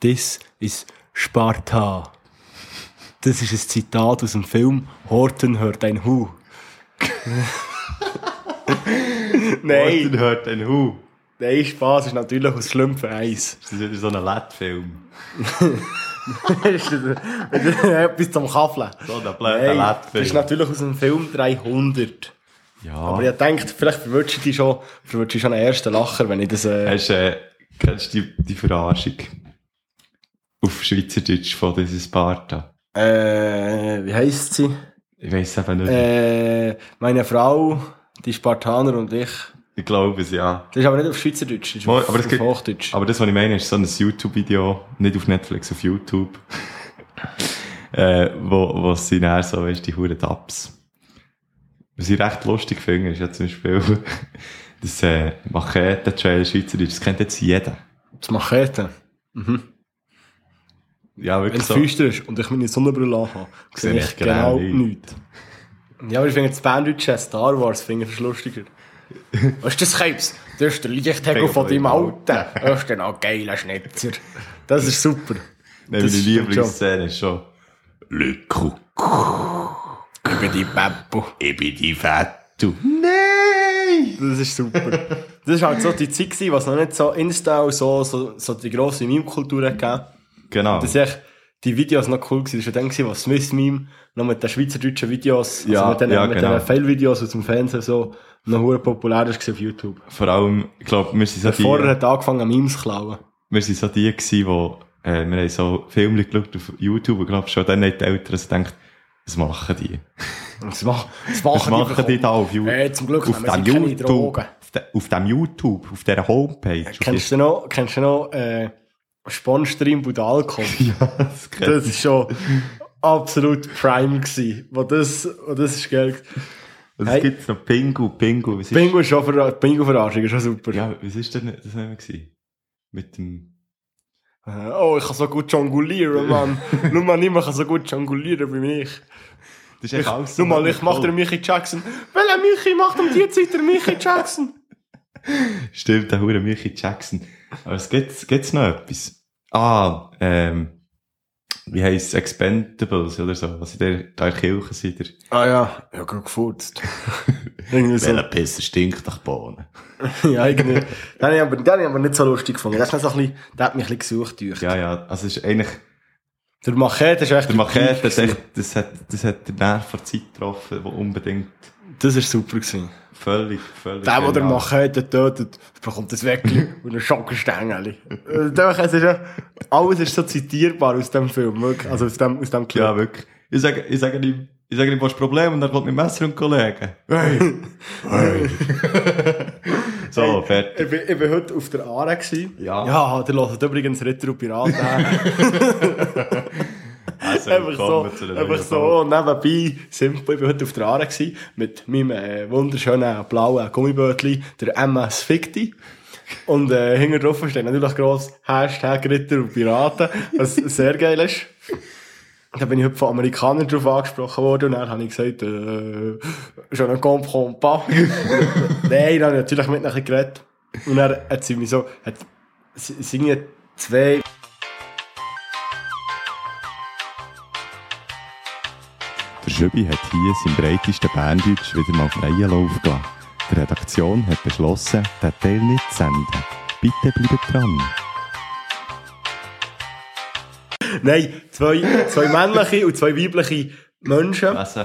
Das ist Sparta. Das ist ein Zitat aus dem Film Horton hört ein Hu. nein, Horten hört ein Hu. nein, Spaß ist natürlich aus Schlümpfen eins. Das ist wieder so ein LED-Film. Etwas zum Kaffeln. So ein blöder Nein, das ist LED-Film. natürlich aus dem Film 300. Ja. Aber ich denkt, vielleicht verwirrst du dich schon, verwirrst du schon einen ersten Lacher, wenn ich das... Äh, Hast, äh, kennst du die, die Verarschung auf Schweizerdeutsch von diesem Sparta? äh, wie heisst sie? Ich weiß eben nicht. Äh, meine Frau, die Spartaner und ich. Ich glaube es, ja. Das ist aber nicht auf Schweizerdeutsch, das ist Mo- auf, aber es auf gibt- Hochdeutsch. Aber das, was ich meine, ist so ein YouTube-Video, nicht auf Netflix, auf YouTube, äh, wo, wo sie näher so, weißt die Huren Dubs. Was ich recht lustig finde, ist ja zum Beispiel das äh, Machete-Trail Schweizerdeutsch, das kennt jetzt jeder. Das Machete. Ja, Wenn wirklich es so. finster ist und ich meine Sonnenbrille anhabe, sehe ich genau nichts. Ja, aber ich finde das Bandeutsche Star Wars finde ich fast lustiger. Was ist das Krebs? Das ist der Lichthegel von deinem Alten. Das ist genau geiler Schnitzer. Das ist super. Nein, Das meine stimmt schon. Lieblingsszene ist schon «Le Ich bin die Beppo. ich bin die Fettu». Nein! Das ist super. Das ist halt so die Zeit, gewesen, was noch nicht so Insta und so, so, so die grosse Meme-Kultur gegeben Genau. Das ist echt, die Videos noch cool gewesen. Das war dann, gewesen, was Swiss Meme noch mit den schweizerdeutschen Videos, also Ja, mit den, ja, mit genau. den Fail-Videos aus dem Fernsehen so, noch hure populär war auf YouTube. Vor allem, ich glaube, wir sind so Vorher die, äh, hat angefangen, Memes zu klauen. wir sind so die gewesen, wo, äh, wir haben so Filme geschaut auf YouTube und glaube schon dann haben die Eltern so gedacht, was machen die? Und Das machen, das Was machen, machen die da auf YouTube? Äh, zum Glück auf nehmen sie dem keine YouTube, Drogen. auf de- auf dem YouTube, auf dieser Homepage. auf Kennst du noch, kennst du noch, äh, Sponstream Budalko? die- ja, das kennt Das ist schon absolut Prime gewesen. Wo das, wo das ist geil. gewesen. Also, Hey. Es gibt noch Pingu, Pingu, was ist, Bingo ist schon, verra- Bingo Verarschung ist schon super. ja, was ist denn das nicht mehr gewesen? Mit dem, Äh, Oh, ich kann so gut jonglieren, Mann. Nur mal niemand kann so gut jonglieren wie mich. das ist echt alles so Nur mal, ich mach cool. der Michi Jackson. Welcher Michi macht um die Zeit der Michi Jackson? Stimmt, der Hure Michi Jackson. Aber es gibt, gibt's noch etwas? Ah, ähm, wie heisst Expendables oder so, was in der, der Kirche sind. Der Ah ja, ich hab grad gefurzt. Irgendwie so. Pisser stinkt nach Bohnen. ja, irgendwie. Den hab ich aber, den hab ich aber nicht so lustig gefunden. Das ist noch so ein bisschen, der hat mich ein bisschen gesucht. durch. Ja, ja, also es ist eigentlich, Der Machete ist echt... der Machete, das, ist Peak echt, das hat, das hat den Nerv der Zeit getroffen, der unbedingt gewesen. Das ist super gewesen. Genau. völlig, völlig. Der, der den genial- Machete tötet, bekommt ein Weckli und ein Schockenstängel. Es ist ja, alles ist so zitierbar aus dem Film, wirklich. Also aus dem, aus dem Clip. Ja, wirklich. Ich sage, ich sage ihm, ich sage ihm, was ist das Problem? Und dann kommt mit Messer und Kollegen. Hey! Hey! so, fertig. Ich bin, ich bin heute auf der Aare. Gewesen. Ja. Ja, der hört übrigens Retro Pirat an. Also, einfach so, willkommen zu einer einfach neuen so nebenbei. Simpel, ich bin heute auf der Aare gewesen, mit meinem äh, wunderschönen blauen Gummibötli, der MS Fikti. Und äh, hinten drauf steht natürlich gross Hashtag Ritter und Piraten, was sehr geil ist. Da bin ich heute von Amerikanern drauf angesprochen worden und dann habe ich gesagt, äh, schon ein Comprend pas. Nein, dann habe ich natürlich mit ihnen geredet. Und dann hat sie mich so, hat, sie, sie sind ja zwei Der Schübi hat hier seinem breitesten Berndeutsch wieder mal freien Lauf gelassen. Die Redaktion hat beschlossen, den Teil nicht zu senden. Bitte bleibt dran. Nein, zwei, zwei männliche und zwei weibliche Menschen. Also,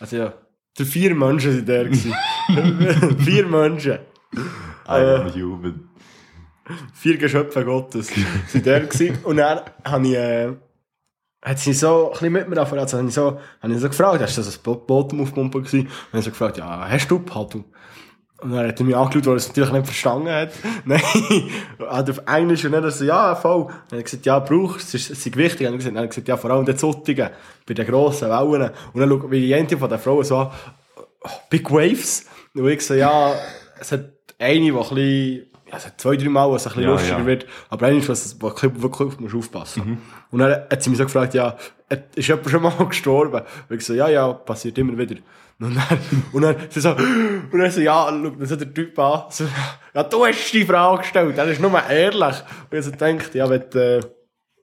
Also ja, der vier Menschen sind der gewesen. vier Menschen, I am human. vier Geschöpfe Gottes sind der gewesen. Und dann habe ich, äh, hat sie so ein bisschen mit mir angefangen, also habe ich so, habe ich so gefragt, hast du das ein Bottom aufpumpen gewesen? Und dann habe ich so gefragt, ja, hast du Paddel? Und dann hat er mich angeschaut, weil er es natürlich nicht verstanden hat. Nein, er hat auf Englisch und dann hat er so, ja, voll. Dann hat er gesagt, ja, brauchst du, es ist- es ist wichtig. Und dann hat er gesagt, ja, vor allem den Zottigen, bei den grossen Wellen. Und dann schaut mich die eine von den Frauen so an, oh, Big Waves. Und ich so, ja, es hat eine, die ein bisschen, ja, es hat zwei, drei Mal, was ein bisschen Ja, lustiger ja. wird. Aber eine, was wo du wirklich musst aufpassen Mhm. Und dann hat sie mich so gefragt, ja, ist jemand schon mal gestorben? Und ich so, ja, ja, passiert immer wieder. Und dann, und dann, sie so, und dann so, ja, schau, dann so der Typ an, so, ja, du hast die Frage gestellt, er ist nur ehrlich. Und ich so denkt, ja, wenn, du, äh,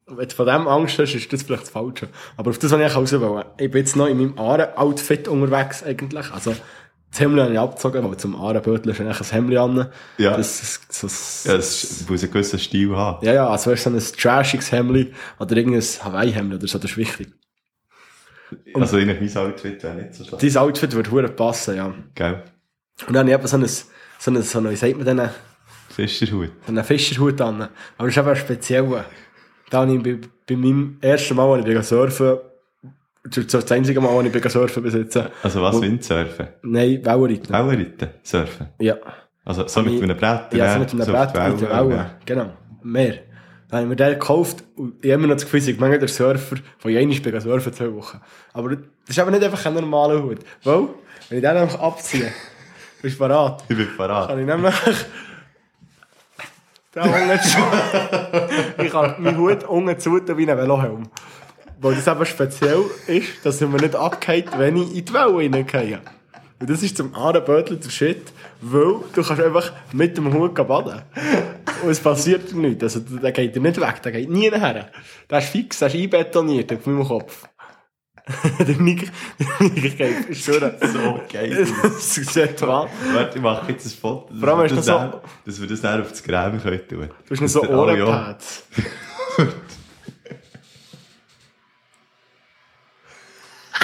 Wenn du von dem Angst hast, ist das vielleicht das Falsche. Aber auf das wollte ich raus. Wollen. Ich bin jetzt noch in meinem Aare-Outfit unterwegs eigentlich. Also das Hemd habe ich abgezogen, weil zum Aarenbeutel ist eigentlich ein Hemd an. Ja. Das, ist- das, Ja, es muss einen gewissen Stil haben. ja, ja, also weißt du, so ein trashiges Hemd oder irgendein Hawaii-Hemd oder so, das ist wichtig. also eigentlich mein Outfit wäre nicht so schlecht. Dein Outfit würde hure passen, ja. Und Gell? dann habe ich eben so ein, so ein, so ein wie sagt man denn, Fischerhut. so einen Fischerhut an. Aber das ist eben ein spezieller. Da habe ich bei, bei meinem ersten Mal, als ich bin surfen, das ist das einzige Mal, als ich bin surfen besitze. Also was, Windsurfen? Nein, Wellenreiten. Wellenreiten? Surfen? Ja. Also so mit ich- einem Brett? ne? Ja, so mit einem so auf die Brett, mit der Wellen, Welle. ja. Genau. Mehr. Dann haben wir den gekauft und ich habe immer noch das Gefühl, ich meine, der Surfer, von jenes bin ich surfen zwei Wochen. Aber das ist aber nicht einfach ein normaler Hut. Weil, wenn ich den einfach abziehe, bist du parat. Ich bin parat. Kann ich nämlich. Den unten zu. ich kann meinen Hut unten zu tun wie einen Velohelm. Weil das eben speziell ist, dass ich mir nicht abgeht, wenn ich in die Welle hineingehe. Und das ist zum Ahrenbötel der Shit, weil du kannst einfach mit dem Hut gehen baden Und es passiert dir nichts. Also der geht dir nicht weg, der geht nie her. Der ist fix, der ist einbetoniert auf meinem Kopf. der Nick, der Nick geht schon. So geil. Das ist echt wahr. Warte, ich mache jetzt ein Foto, dass, Vor allem wir ist das das dann, so- dass wir das dann auf das Gräben können tun Du hast noch so Oh, ja. Ohrenpads.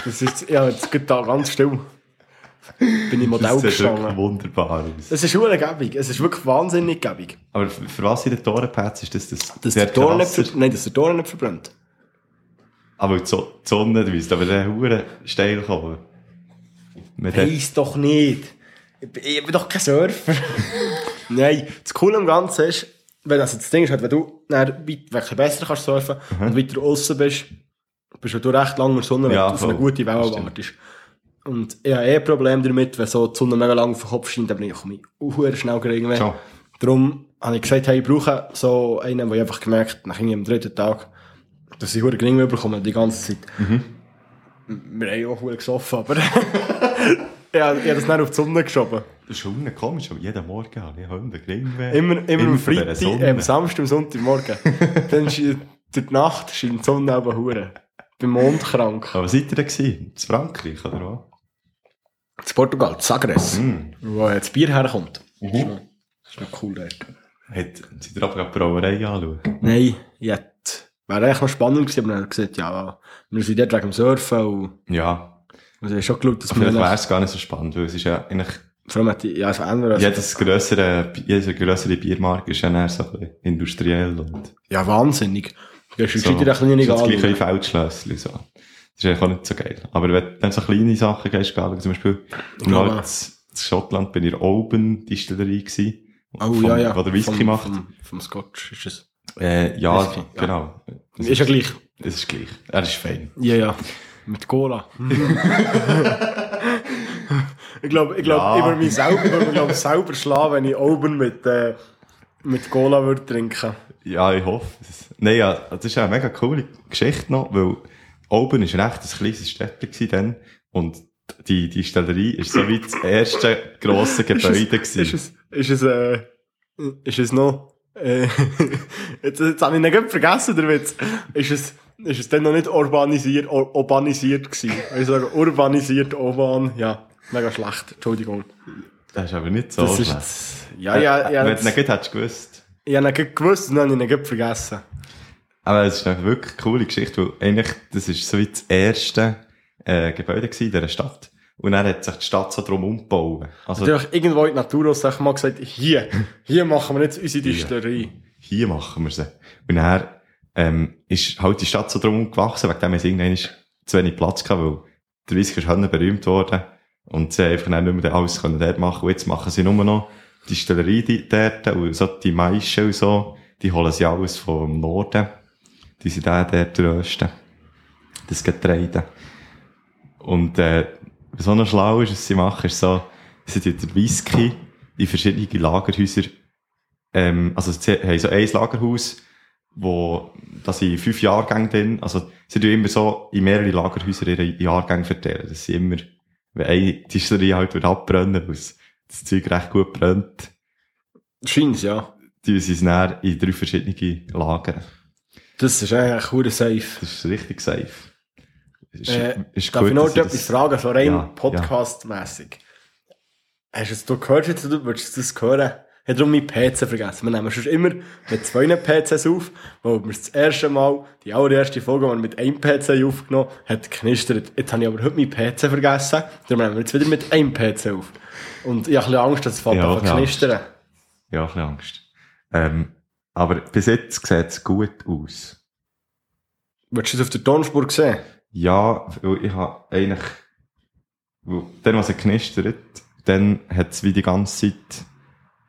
Das ist, ja, jetzt geht da ganz still. Bin ich Modell Das sieht wirklich gestanden. wunderbar aus. Es ist schon gäbig. Es ist wirklich wahnsinnig gäbig. Aber für, für was sind die Torenpads? Ist das das, Dass der der Tor nicht, Wasser- ver- nein, dass der Tor nicht verbrennt. Aber Ah, die So- die Sonne weist, aber der Hure steil kommen. Mit der- Weiss doch nicht. Ich bin, ich bin doch kein Surfer. Nein, das Coole am Ganzen ist, wenn, also das Ding ist halt, wenn du dann weit, wirklich besser kannst surfen und weiter außen bist, bist du recht lange in der Sonne, wenn Ja, du auf voll. eine gute Welle Stimmt. wartest. Und ich habe eh ein Problem damit, wenn so die Sonne mega lang auf den Kopf scheint, dann bin ich komme ich sehr schnell gering. Schon. Darum habe ich gesagt, hey, ich brauche so einen, wo ich einfach gemerkt, nach irgendwie am dritten Tag, dass ich sehr gering überkomme, die ganze Zeit. Wir haben ja auch sehr gesoffen, aber ja, ich habe das dann auf die Sonne geschoben. Das ist schon komisch, aber jeden Morgen habe ich Hunde Grimwe. Immer, immer, am für Freitag, diese äh, am Sonne. Samstag, am Sonntagmorgen. Dann scheint durch die Nacht scheint die Sonne eben hure. Beim Mond krank. Aber was seid ihr denn gewesen? In Frankreich, oder was? In Portugal, in Sagres, Mhm. wo jetzt das Bier herkommt. Mhm. Das ist noch cool dort. Hat, seid ihr aber gerade die Brauerei anschauen? Nein, jetzt. Wäre eigentlich noch spannend gewesen, aber dann hat er gesagt, ja, wir sind dort wegen dem Surfen und Ja. und ich habe schon geschaut, dass wir Vielleicht wäre noch, es gar nicht so spannend, weil es ist ja eigentlich, vor allem hat die, ja, es verändert also- jedes grössere, jede grössere Biermarke ist ja eher so ein bisschen industriell und Ja, wahnsinnig. Du gehst so, so, gescheiter eine so kleine das gleiche an. Feldschlössli, so. Das ist eigentlich auch nicht so geil. Aber wenn wenn so kleine Sachen gehst, gell, zum Beispiel, im glaube- Nord- in Schottland bin ich in Open Distillerie gewesen. Oh, vom- ja, ja. Wo der Whisky vom, macht. Vom, vom Scotch ist es. Äh, ja, Whisky, ja. genau. Das ist ja gleich. Es ist gleich. Er ist fein. Ja, ja. Mit Cola. ich glaube, ich glaub, Ja. ich würde mich selber, ich würde mich, glaub, selber schlagen, wenn ich oben mit, äh, mit Cola würde trinken. Ja, ich hoffe. es. Nein, ja, das ist ja eine mega coole Geschichte noch, weil Oben ist recht ein kleines Städtchen gewesen dann und die, die Stellerie ist so wie das erste grosse Gebäude Ist es, gewesen. ist es, ist es, äh, ist es noch, äh, jetzt, jetzt habe ich ihn gerade vergessen, der Witz. Ist es, ist es dann noch nicht urbanisiert, ur urbanisiert gewesen? Ich sage urbanisiert, urban, ja. Mega schlecht, Entschuldigung. Das ist aber nicht so Das schlecht. ist, ja, ja, ja. Äh, Wenn du das- nicht hättest du gewusst. Ich habe ihn gerade gewusst und dann habe ich ihn gerade vergessen. Aber es ist eine wirklich coole Geschichte, weil eigentlich, das ist so wie das erste äh, Gebäude gewesen in dieser Stadt. Und dann hat sich die Stadt so drum umgebaut. Also, Natürlich, irgendwo in die Natur aus sag ich mal gesagt, hier, hier machen wir jetzt unsere Distillerie. hier machen wir sie. Und dann, ähm, ist halt die Stadt so drum gewachsen, wegen dem es irgendwann zu wenig Platz gehabt, weil der Whisky ist Hörner berühmt worden. Und sie haben einfach dann nicht mehr alles können dort machen. Und jetzt machen sie nur noch die Stellerie die- dort und so die Maische und so. Die holen sie alles vom Norden. Die sind auch dort rösten. Das Getreide. Und, äh, was auch noch schlau ist, was sie machen, ist so, sie tun den Whisky in verschiedene Lagerhäuser ähm, also sie haben so ein Lagerhaus, wo, dass sie fünf Jahrgänge drin, also sie tun immer so in mehrere Lagerhäuser ihre Jahrgänge verteilen, dass sie immer, wenn eine Distillerie halt wird abbrennen, weil es- das Zeug recht gut brennt, Scheint, ja. tun sie es dann in drei verschiedene Lager. Das ist eigentlich cool safe. Das ist richtig safe. Ist, Äh, ist Darf gut, ich noch dass ich etwas das- fragen, so rein Ja, podcastmässig? Hast du es du gehört, jetzt, du würdest das hören? Ich habe darum meinen PC vergessen. Wir nehmen schon immer mit zwei PCs auf, weil wir das erste Mal, die allererste Folge, die wir mit einem PC aufgenommen haben, hat geknistert. Jetzt habe ich aber heute meinen PC vergessen, darum nehmen wir jetzt wieder mit einem PC auf. Und ich habe ein bisschen Angst, dass es fällt Ja, ja, ich habe knistern. Ja, ein bisschen Angst. Ähm, aber bis jetzt sieht es gut aus. Würdest du es auf der Tonspur sehen? Ja, weil ich habe eigentlich, weil dann, was er knistert, dann hat es wie die ganze Zeit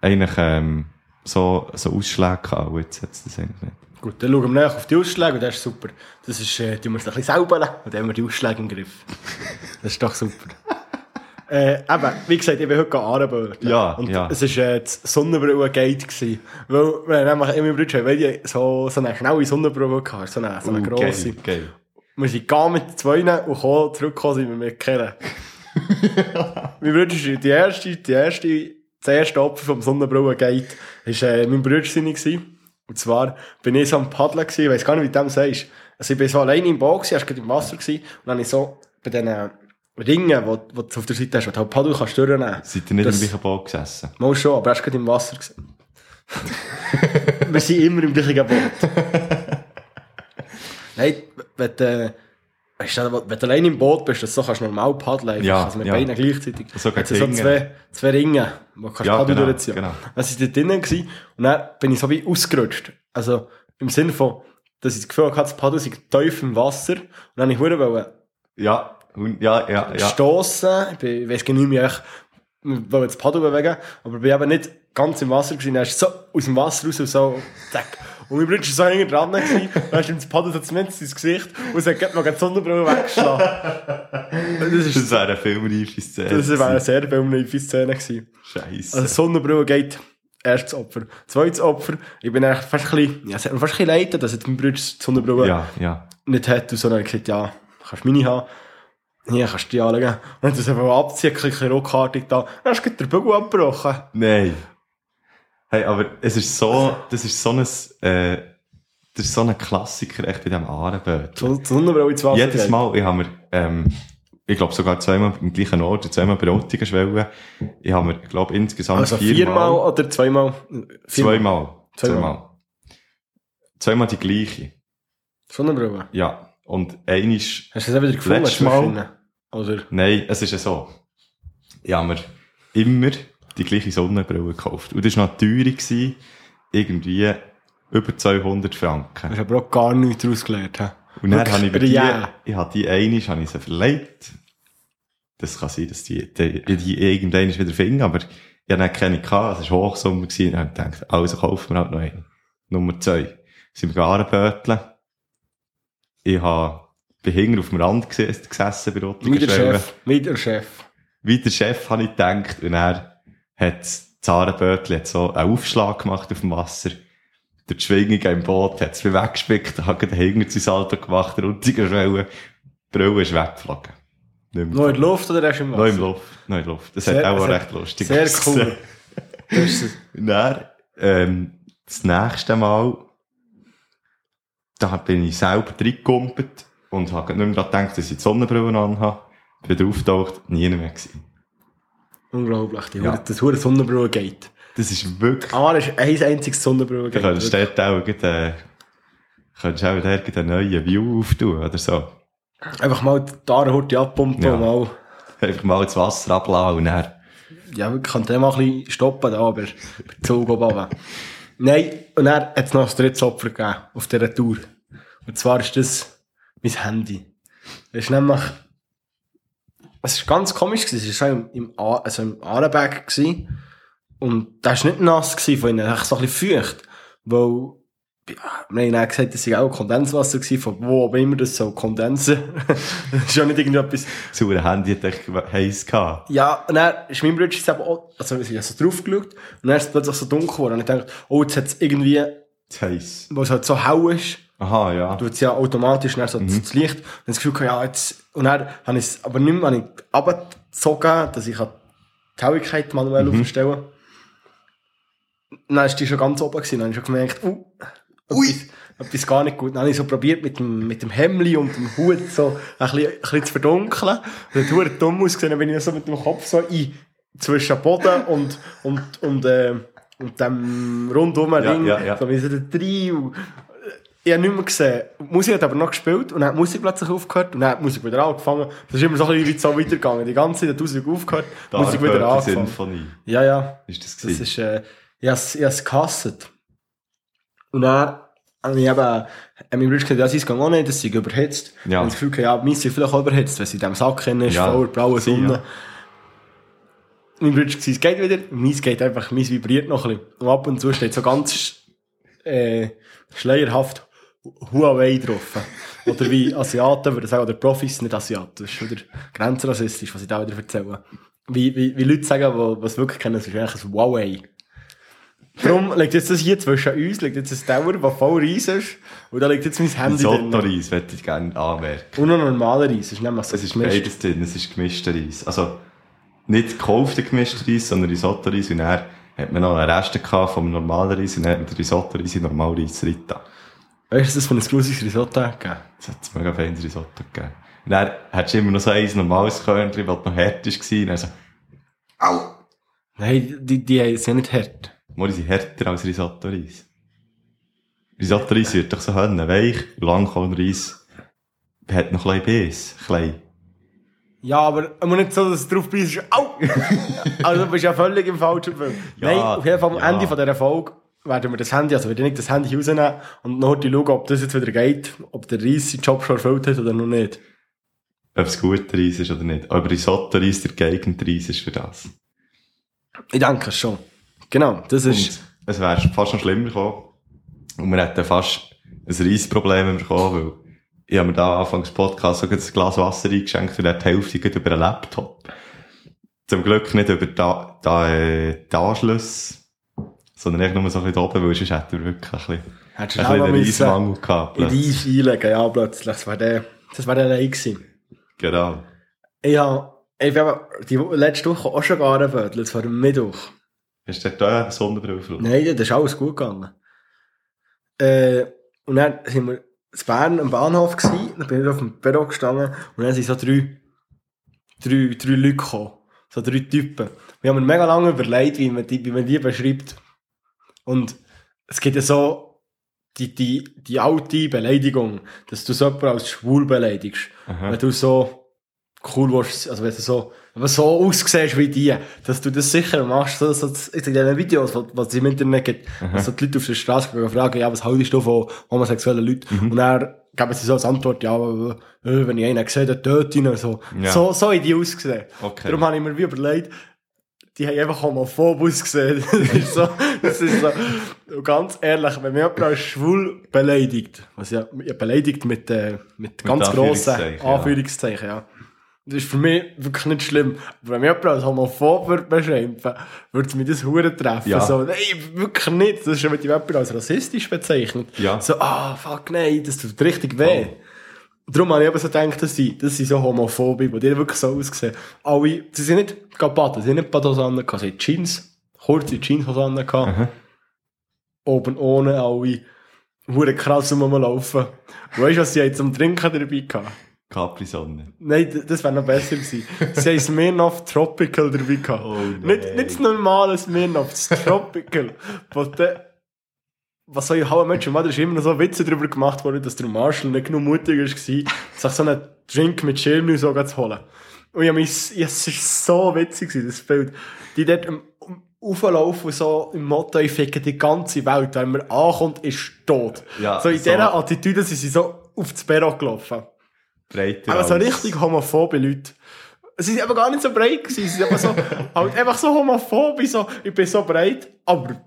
eigentlich ähm, so, so Ausschläge gehabt. Und jetzt hat es das eigentlich nicht. Gut, dann schauen wir nachher auf die Ausschläge und das ist super. Das ist, äh, die müssen wir ein bisschen selber nehmen und dann haben wir die Ausschläge im Griff. Das ist doch super. äh, eben, wie gesagt, ich bin heute angeböhrt. Ja, Und ja. es war äh, das Sonnenbrillengate. gewesen. Weil wir haben nämlich in meinem Bruder, weil die so, so eine schnelle Sonnenbrille hatte, so eine, so Uh, eine grosse. Geil, geil. Wir sind gegangen mit zwei und kamen, zurückgekommen sind wir mit Kellen. mein Bruder ist die erste, die erste, das erste Opfer vom Sonnenbrillengate ist äh, mein Bruder seine gewesen. Und zwar bin ich so am Paddeln gewesen, ich weiss gar nicht, wie du dem sagst. Also ich bin so alleine im Boot gewesen, erst gerade im Wasser gewesen, und dann habe ich so bei diesen Ringen, wo, wo du auf der Seite hast, wo du halt Paddel kannst durchnehmen. Seid ihr nicht Das- im gleichen Boot gesessen? Mal schon, aber erst gerade im Wasser gewesen. Wir sind immer im gleichen Boot. Nein, wenn du, äh, weißt du, wenn du allein im Boot bist, das so kannst du normal paddeln. einfach. Ja, also mit ja. beiden gleichzeitig. So Jetzt sind so gegen die zwei, zwei Ringe, wo du kannst Ja, Paddel genau, durchziehen. genau. Das war dort drinnen gewesen, und dann bin ich so wie ausgerutscht. Also im Sinne von, dass ich das Gefühl hatte, das Paddel sei tief im Wasser. Und dann wollte ich verdammt Ja, hun- ja, ja, ja. gestossen. Ich, bin, ich weiß gar nicht mehr, wie ich wollte das Paddel bewegen, aber ich bin eben nicht ganz im Wasser gewesen. Er ist so aus dem Wasser raus und so, zack. Und mein Bruder war so hinten dran, gewesen. dann ist ihm das Paddel so zumindest ins Gesicht und es hat gerade noch die Sonnenbrille weggeschlagen. das ist, Das wäre eine filmreife Szene. das wäre eine sehr filmreife Szene gewesen. Scheiße. Also Sonnenbrille geht erstes Opfer. Zweites Opfer, ich bin eigentlich fast ein bisschen, ja, es hat mir fast ein bisschen leid, getan, dass jetzt mein Bruder die Sonnenbrille ja, ja. nicht hat, und so, dann habe ich gesagt, ja, kannst du meine haben? Hier kannst du die anlegen. Und dann hat er es einfach abziehen, ein bisschen ruckartig da. Dann hast du gerade den Bügel abgebrochen. Nein. Hey, aber es ist so, das ist so ein, äh, das ist so ein Klassiker echt bei diesem Ahrenböt. Die Sonnenbrille ins Wasser. Jedes geht. Mal, ich habe mir, ähm, ich glaube sogar zweimal im gleichen Ort, und zweimal bei Rottigenschwellen, ich habe mir, ich glaube insgesamt Also viermal viermal, oder zweimal? Viermal. zweimal, Zweimal. zweimal, zweimal die gleiche, Sonnenbrille. ja. Und einisch Hast du das auch wieder gefunden? Letztes Mal. zwischendrin? Oder? Nein, es ist ja so. Ich habe mir immer die gleiche Sonnenbrille gekauft. Und das war noch teurer, gewesen, irgendwie über 200 Du Franken. hast aber auch gar nichts daraus gelernt. hä? Und dann Wirklich habe ich über über die, Jahre. ich habe die eine habe ich sie verlegt. Das kann sein, dass die, die, die irgendwann wieder finden, aber ich habe dann keine gehabt. Es war Hochsommer gewesen. Und dann habe ich gedacht, also kaufen wir halt noch eine. Nummer zwei. Sind wir Garenböteln. Ich habe, bin hinten auf dem Rand ges- gesessen bei Mit der Rottigenschwellen. Chef. Mit der Chef. wie der Chef habe ich gedacht, und er hat das Zarenbötli hat so einen Aufschlag gemacht auf dem Wasser. Durch die Schwingung im Boot hat es mich weggespickt, hat gerade hinten sein Salto gemacht, runtergeschwellen. Die Brille ist weggeflogen. Nicht mehr. Noch in der Luft oder erst im Wasser? Noch in Luft, noch in Luft. Das Sehr- hat auch sehr- recht lustig Sehr ausgesehen. cool. Das ist es. Und dann, ähm, das nächste Mal, da bin ich selber reingekumpelt und habe nicht mehr daran gedacht, dass ich die Sonnenbrille anhabe. Bin draufgetaucht, nie mehr gewesen. Unglaublich. Die Ja. Hure- Das hure Sonnenbrille geht. Das ist wirklich Ah, das ist ein einziges Sonnenbrille Du könntest geht. dort auch gleich, äh, könntest auch dort gleich einen neuen View auftun oder so. Einfach mal die Darhurte abpumpen Ja. und mal... Einfach mal ins Wasser ablassen und dann... Ja, wir können den mal ein bisschen stoppen, da, aber der Zug oben runter. Nein, und er hat es noch ein drittes Opfer gegeben auf dieser Tour. Und zwar ist das mein Handy. Es ist nämlich. Es war ganz komisch, gewesen. es war schon im, im, A- also im Arenberg. gewesen. Und da war nicht nass gewesen von ihnen, echt so ein bisschen feucht. Weil, ja, wir haben dann gesagt, das sei auch Kondenswasser gewesen, von wo auch immer das so Kondense. das ist ja nicht irgendetwas. Das verdammte Handy hat echt heiß gehabt. Ja, und dann ist mein Bruder jetzt eben auch, also ich habe so drauf geschaut, und dann ist es plötzlich so dunkel geworden. Und ich dachte, oh, jetzt hat es irgendwie, Das heiß. weil es halt so hell ist, Aha, Mhm. ja. tut es ja automatisch dann so das Licht. Und ich hab das Gefühl, gehabt, ja, jetzt, und dann habe ich es aber nicht mehr habe ich runtergezogen, dass ich halt die Helligkeit manuell Mhm. aufstellen kann. Dann war die schon ganz oben, gewesen. dann habe ich schon gemerkt, uh, Ui. etwas- etwas gar nicht gut. Dann habe ich so probiert, mit dem, mit dem Hemli und dem Hut so ein bisschen, ein bisschen zu verdunkeln. Und hat verdammt dumm ausgesehen, dann bin ich so mit dem Kopf so in, zwischen Boden und, und, und, äh, und dem rundum Ja, Ring. ja, ja. So bin ich so da drin und, äh, ich habe nicht mehr gesehen. Die Musik hat aber noch gespielt und dann hat die Musik plötzlich aufgehört und dann hat die Musik wieder angefangen. Das ist immer so ein bisschen so weitergegangen. Die ganze Zeit hat die Musik aufgehört, die Musik wieder Dark Purple angefangen. Sinfonie. Ja, ja. Ist das Das gewesen? ist, äh, ich habe es gehasst. Und dann habe ich eben, habe mein Bruder gesagt, ja, sie gehen auch nicht, das sei überhitzt. Ja. Und ich fühle, ja, meins sind vielleicht auch überhitzt, wenn sie in diesem Sack drin ist, Ja. voller blauer Sie, Sonne. ja. Mein Bruder hat gesagt, es geht wieder, meins geht einfach, meins vibriert noch ein bisschen. Und ab und zu steht so ganz, äh, schleierhaft Huawei drauf. Oder wie Asiaten würden sagen, oder Profis, nicht Asiaten. Das ist wieder grenzrassistisch, was ich da wieder erzähle. Wie, wie, wie Leute sagen, die es wirklich kennen, das ist eigentlich ein Huawei. Darum liegt jetzt das hier zwischen uns, liegt jetzt ein Tower, der voll Reis ist, und da liegt jetzt mein Handy Risotto drin. Reis möchte ich gerne anmerken. Und noch normaler Reis, ist nämlich so Es ist gemischt. beides drin, es ist gemischter Reis. Also nicht gekaufter gemischter Reis, sondern Risotto Reis. Und dann hat man noch einen Rest gehabt vom normalen Reis und dann hat man den Risotto Reis in normal Reis Ritta. Weißt du, das für ein grusiges Risotto gegeben? Es hat mega feines Risotto gegeben. Und dann hattest du immer noch so ein normales Körnchen, das noch hart war. Und dann so, Nein, die, die sind ja nicht hart. Mori sind härter als Risotto Reis. Risotto Reis wird doch so hören, weich, Langkornreis hat noch ein bisschen Biss, klein. Ja, aber immer nicht so, dass du drauf bist. Au! also du bist ja völlig im falschen Film. Ja, Nein, auf jeden Fall am ja. Ende von dieser Folge werden wir das Handy, also werde ich nicht das Handy rausnehmen und noch die schauen, ob das jetzt wieder geht, ob der Reis seinen Job schon erfüllt hat oder noch nicht. Ob es guter Reis ist oder nicht. Aber Risotto Reis, der geeignete Reis ist für das. Ich denke es schon. Genau, das ist... Und es wäre fast noch schlimmer gekommen. Und wir hätten fast ein Reisproblem bekommen, weil ich habe mir da anfangs Podcast so gerade ein Glas Wasser eingeschenkt und hat die Hälfte gerade über einen Laptop. Zum Glück nicht über da, da, äh, den Anschluss, sondern echt nur so ein bisschen da oben, weil sonst hätten wir wirklich ein bisschen, Hättest ein bisschen einen müssen Reismangel gehabt. in plötzlich. Reis einlegen, ja, plötzlich. Das wäre der, das wär der Reis gewesen. Genau. Ich habe ich bin aber die letzte Woche auch schon gearbeitet, das war am Mittwoch. Hast du da Sonne drauf? Nein, das ist alles gut gegangen. Äh, und dann sind wir in Bern am Bahnhof gewesen, dann bin ich auf dem Büro gestanden und dann sind so drei, drei, drei Leute gekommen. So drei Typen. Wir haben mir mega lange überlegt, wie man die, wie man die beschreibt. Und es gibt ja so die, die, die alte Beleidigung, dass du so jemanden als schwul beleidigst. Aha. Wenn du so cool wirst, also wenn du so, wenn du so aussiehst wie die, dass du das sicher machst, so, so in diesen Videos, was, was es im Internet gibt, dass so die Leute auf der Straße gehen und fragen, ja, was haltest du von homosexuellen Leuten? Und dann geben sie so als Antwort, ja, äh, wenn ich einen sehe, dann töte ich ihn, oder so. Ja. so. So in die ausgesehen. Okay. Darum habe ich mir wie überlegt, die haben einfach homophob ausgesehen. Das ist so, das ist so. Und ganz ehrlich, wenn mich jemand als schwul beleidigt, was ja, ja beleidigt mit, äh, mit ganz grossen Anführungszeichen, ja. Anführungszeichen, ja. Das ist für mich wirklich nicht schlimm. Aber wenn mich jemand als homophob wird beschimpfen würde es mich das Huren treffen. Ja. So, nein, wirklich nicht. Das ist, wenn dich jemand als rassistisch bezeichnet. Ja. So, ah, fuck, nein, das tut richtig weh. Voll. Darum habe ich eben so gedacht, das sind, das sind so Homophobe, die dir wirklich so aussehen. Alle, sie sind nicht Kapaten, sie sind nicht Patosannen, sie haben Jeans, kurze Jeanshosannen gehabt. Aha. Oben ohne, alle, hure krass rumlaufen. Weißt du, was sie haben zum Trinken dabei gehabt? Capri-Sonne. Nein, d- das wäre noch besser gewesen. Sie haben Smirnoff Tropical dabei gehabt. Oh nein. nicht, nicht das normale Smirnoff, das Tropical. was, der, was soll ich haben, Mensch, Mann, da ist immer noch so Witze darüber gemacht worden, dass der Marshall nicht genug mutig war, sich so einen Drink mit Schirmnuss so zu holen. Und ich hab mich, s- ja, es ist so witzig gewesen, das Bild. Die dort am, am Auflaufen so im Motto, ich ficke die ganze Welt, wenn man ankommt, ist tot. Ja, so in so- dieser Attitüde sind sie so auf das Perro gelaufen. Breiter Aber so als- richtig homophobe Leute. Sie sind aber gar nicht so breit gewesen. Sie sind aber so, halt einfach so homophobe, so, ich bin so breit, aber,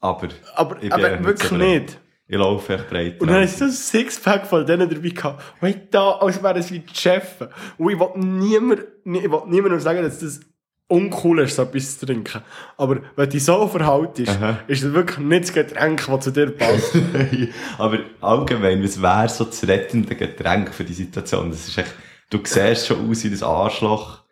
Aber, aber, ich bin aber nicht so wirklich breit. nicht. Ich laufe echt breiter. Und dann als- ist so ein Sixpack von denen dabei gehabt. Und ich da, als wäre es wie die Chef. Und ich will niemand, nie- ich will niemandem sagen, dass das uncool ist, so etwas zu trinken. Aber wenn du so verhaltest, Aha. ist das wirklich nicht das Getränk, das zu dir passt. Aber allgemein, was wäre so das rettende Getränk für die Situation? Das ist echt, du siehst schon aus wie das Arschloch.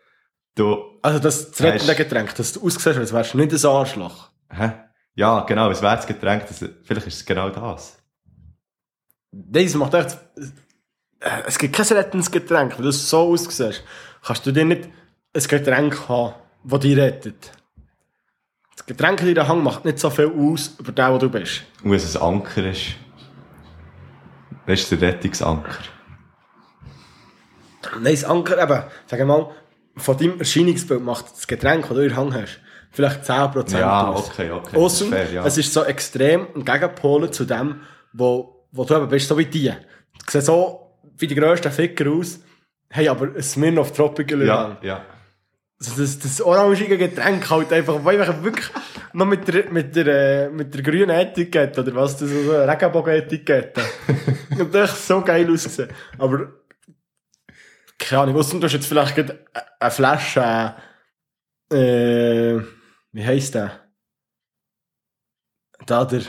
Du, Also das, das Weisst- rettende Getränk, dass du ausgesehen hast, wärst du nicht ein Arschloch. hä? Ja, genau, was wäre das Getränk? Das, vielleicht ist es genau das. das macht echt. äh, Es gibt kein rettendes Getränk, wenn du es so aussiehst. Kannst du dir nicht ein Getränk haben, das dich rettet. Das Getränk in deinem Hang macht nicht so viel aus über den, wo du bist. Und wenn es ein Anker ist, das ist der Rettungsanker. Nein, das Anker eben, sag mal, von deinem Erscheinungsbild macht das Getränk, das du in den Hang hast, vielleicht 10% Ja, aus. okay, okay, das ist Aussen, fair, ja. es ist so extrem ein Gegenpol zu dem, wo, wo du eben bist, so wie die. Die sehen so wie die grössten Ficker aus, hey, aber ein Smirnoff Tropical in der Hand. Ja, ja. Also das, das orangige Getränk halt einfach, weil ich wirklich noch mit der, mit der, äh, mit der grünen Etikette, oder was, das ist so eine Regenbogen-Etikette. Und das hat so geil ausgesehen. Aber, keine Ahnung, ausser du hast jetzt vielleicht gerade eine- eine Flasche, äh, wie heisst der? Da der,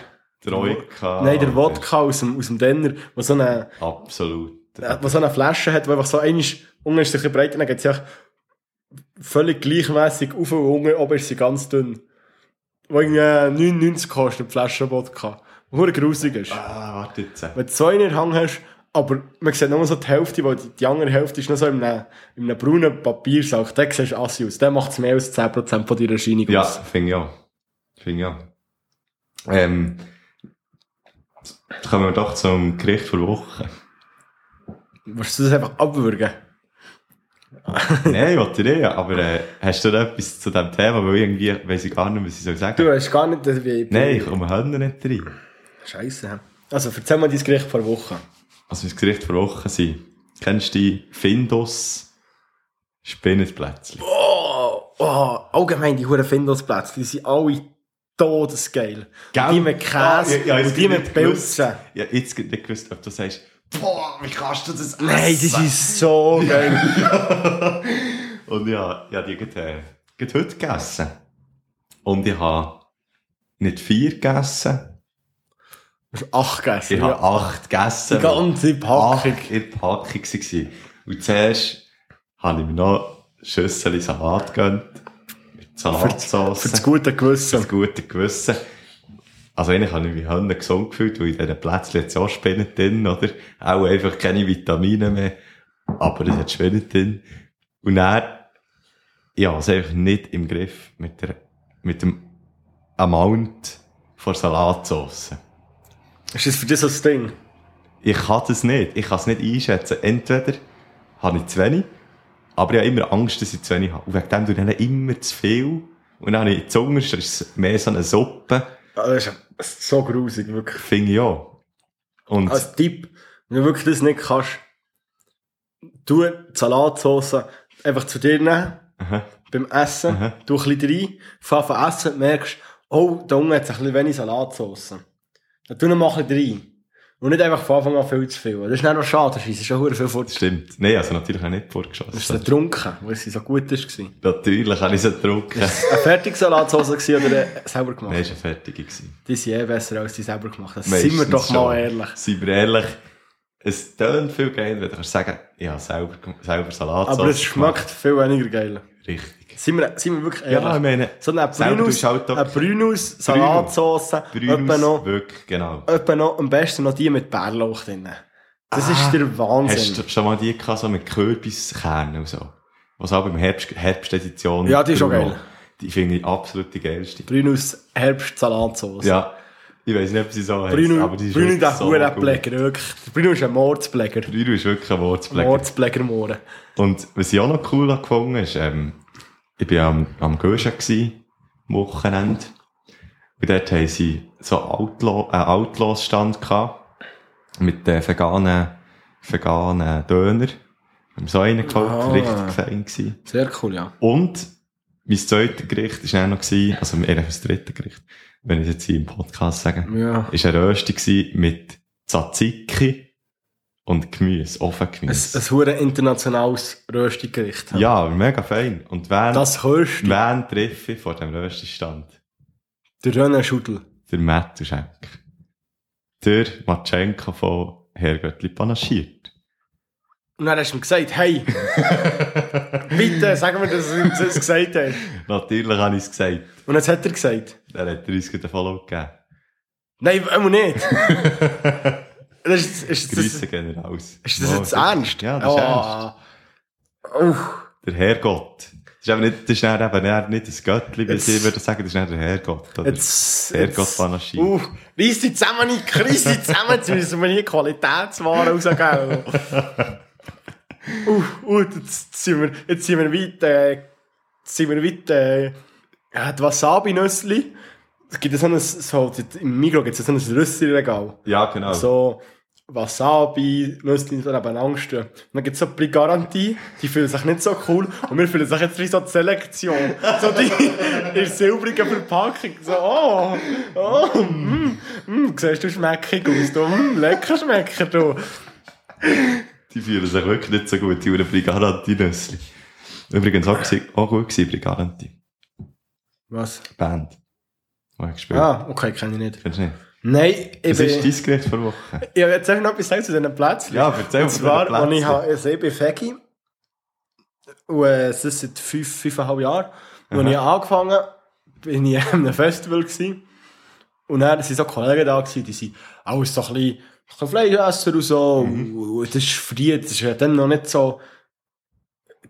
Der Oika. nein, der Wodka aus dem, aus dem Denner, der so eine, Absolut. äh, was so eine Flasche hat, die einfach so einmal unten ist sie ein bisschen breit, dann geht sie auch völlig gleichmäßig auf und unten, oben ist sie ganz dünn. Wo irgendwie 99 kostet, die Flasche Wodka. Hure grusig ist. Ah, warte jetzt. Wenn du zwei in den Hang hast, aber man sieht nur so die Hälfte, weil die, die andere Hälfte ist noch so in einem, in einem braunen Papiersack. Der siehst du assi aus. Der macht es mehr als 10% von deiner Erscheinung Ja, aus. finde ich auch. Finde ich auch. Ähm, jetzt kommen wir doch zum Gericht der Woche. Willst du das einfach abwürgen? Nein, wollte ich nicht, aber äh, hast du noch etwas zu diesem Thema? Weil irgendwie weiss ich gar nicht, was ich soll sagen Du äh, weißt gar nicht, dass wir... Nein, ich komme heute nicht rein. Scheiße. Also, erzähl mal dein Gericht vor Wochen. Also mein Gericht vor Wochen sind, kennst du die Findus Spinnenplätzchen? Oh, oh, allgemein die huren Findelsplätze, die sind alle todesgeil. Gell? Und die mit Käse Ah, ja, ja, und die mit jetzt nicht gewusst. Pilzen. Ja, jetzt geht nicht gewusst, ob du sagst, boah, wie kannst du das essen? Nein, die sind so geil. Und ja, ja die gerade, äh, gerade heute gegessen. Und ich habe nicht vier gegessen, Ach, gegessen. ich habe Ja. acht gegessen. Die ganze Packung. Acht in der Packung waren. Und zuerst habe ich mir noch Schüssel Salat gegönnt. Mit Salatsauce. Für das gute Gewissen. das gute Gewissen. Also eigentlich habe ich mich Hörner gesund gefühlt, weil in diesen Plätzchen hat es auch Spinnen drin, oder? Auch einfach keine Vitamine mehr. Aber es hat Spinnen drin. Und er, ja, es einfach nicht im Griff mit der, mit dem Amount von Salatsauce. Ist das für dich so das Ding? Ich kann das nicht. Ich kann es nicht einschätzen. Entweder habe ich zu wenig, aber ich habe immer Angst, dass ich zu wenig habe. Und wegen dem tue ich dann immer zu viel. Und dann habe ich zuunterst, ist es mehr so eine Suppe. Ah, Das ist- das ist so grusig, wirklich. Finde ich auch. Und Als Tipp, wenn du wirklich das nicht kannst, tu die Salatsauce einfach zu dir nehmen, Aha. beim Essen, tu ein bisschen rein, fahr von Essen und merkst, oh, da unten hat es ein bisschen wenig Salatsauce. Dann tu noch mal ein bisschen rein. Und nicht einfach von Anfang an viel zu viel. Das ist dann noch schade, das ist schon viel das vorgestellt. stimmt. Nein, also natürlich habe ich nicht Hast du vorgeschossen. sie getrunken, weil sie so gut ist, war? Natürlich habe ich sie getrunken. Eine fertige Salatsauce gewesen oder eine selber gemacht? Nein, es war eine fertige. gewesen. Die sind eh besser als die selber gemacht. Das Meistens sind wir doch mal schon. ehrlich. Seien wir ehrlich, es tönt viel geiler, wenn du kannst sagen ich habe selber, gem- selber Salat Aber es schmeckt viel weniger geil. Richtig. Sind wir, sind wir wirklich ehrlich? Ja, ich meine, so eine selber Brünus, tust du halt doch- eine Brünus Salatsauce, etwa Brünus, noch, wirklich, genau. etwa noch, am besten noch die mit Bärlauch drin. Das ist der Ah, Hast Wahnsinn. du schon mal die gehabt, so mit Kürbiskernen und so? Was auch beim Herbst, Herbstedition. Ja, die ist auch Bruno. geil. Die finde ich absolut die geilste. Brünus Herbstsalatsauce. Ja. Ich weiß nicht, ob sie so heisst, Brünus, aber die ist Brünus wirklich der so gut. Hurenpfleger, wirklich. Der Brünus ist ein Mordspfleger. Bruno ist wirklich ein Wortspläger. Mordspflegermohren. Und was ich auch noch cool habe gefunden ist, ähm, ich war am, am Göschen gsi, am Wochenende. Und dort haben sie so Outlaw, einen Outlaws-Stand gehabt. Mit den veganen, veganen Döner. Haben so einen gekauft, Ah. richtig fein gsi. Sehr cool, ja. Und mein zweites Gericht war dann noch, gsi, also eher das dritte Gericht, wenn ich es jetzt hier im Podcast sage, Ja. ist eine Rösti gsi mit Tzatziki und Gemüse, Ein, Ofengemüse. ein hure internationales Röstinggericht. Ja, aber mega fein. Und wen, Das hörst du. wen treffe ich vor dem Röstistand? Der Rönnenschudel. Der Mattuschenk. Der Matschenko von Herrgöttli panaschiert. Und dann hast du ihm gesagt, hey, bitte, sag mir, dass du uns das gesagt hast. Natürlich habe ich es gesagt. Und jetzt hat er gesagt, Dann hat er uns gerade einen Follow gegeben. nein, immer nicht. Das ist, ist, das, Grüße ist gehen raus. das Mal, jetzt ernst? Oh. Ja, das ist ernst. ernst. Uff. Der Herrgott. Das ist eben nicht, das ist dann eben eher nicht das Göttli, wie Jetzt- sie würden sagen, das ist nicht der Herrgott. Oder? Jetzt, Herrgott Panaschin. Uh, reiss dich zusammen, Nick, reiss dich zusammen, jetzt müssen wir hier Qualitätswaren rausgeben. uh, uh, jetzt sind wir, jetzt sind wir weit, äh, jetzt sind wir weit, äh, ja, die Wasabi-Nüssli. Es gibt ja so ein, so, im Migros gibt es so ein Rüssli-Regal. Ja, genau. So Wasabi, Nüssli so nebeneinander stehen. Und dann gibt es so Pregarantie, die fühlen sich nicht so cool und wir fühlen sich jetzt wie so die Selektion. So die in der silbrigen Verpackung. So, oh, oh, mm, mm, siehst du schmeckig aus, du, mm, lecker schmecker, du. Die fühlen sich wirklich nicht so gut, die Uhren Brigaranti-Nüssli. Übrigens auch, gewesen- auch gut gewesen, Brigaranti. Was? Band. Die ich gespielt habe. Ah, okay, kenne ich nicht. Kennst du nicht? Nein, ich Das bin... ist dein Gericht vor Wochen. Ich habe jetzt einfach noch etwas sagen zu diesen Plätzchen. Ja, erzähl Und von zwar, diesen als ich, Plätzchen. habe- also ich bin Fegi. Und äh, es ist seit fünf, fünfeinhalb Jahren. Und als ich angefangen habe, bin ich an einem Festival. Gewesen. Und dann waren so Kollegen da, gewesen, die sind alles so ein bisschen, so Fleischesser und so. Mhm. Und das ist früher, das war dann noch nicht so,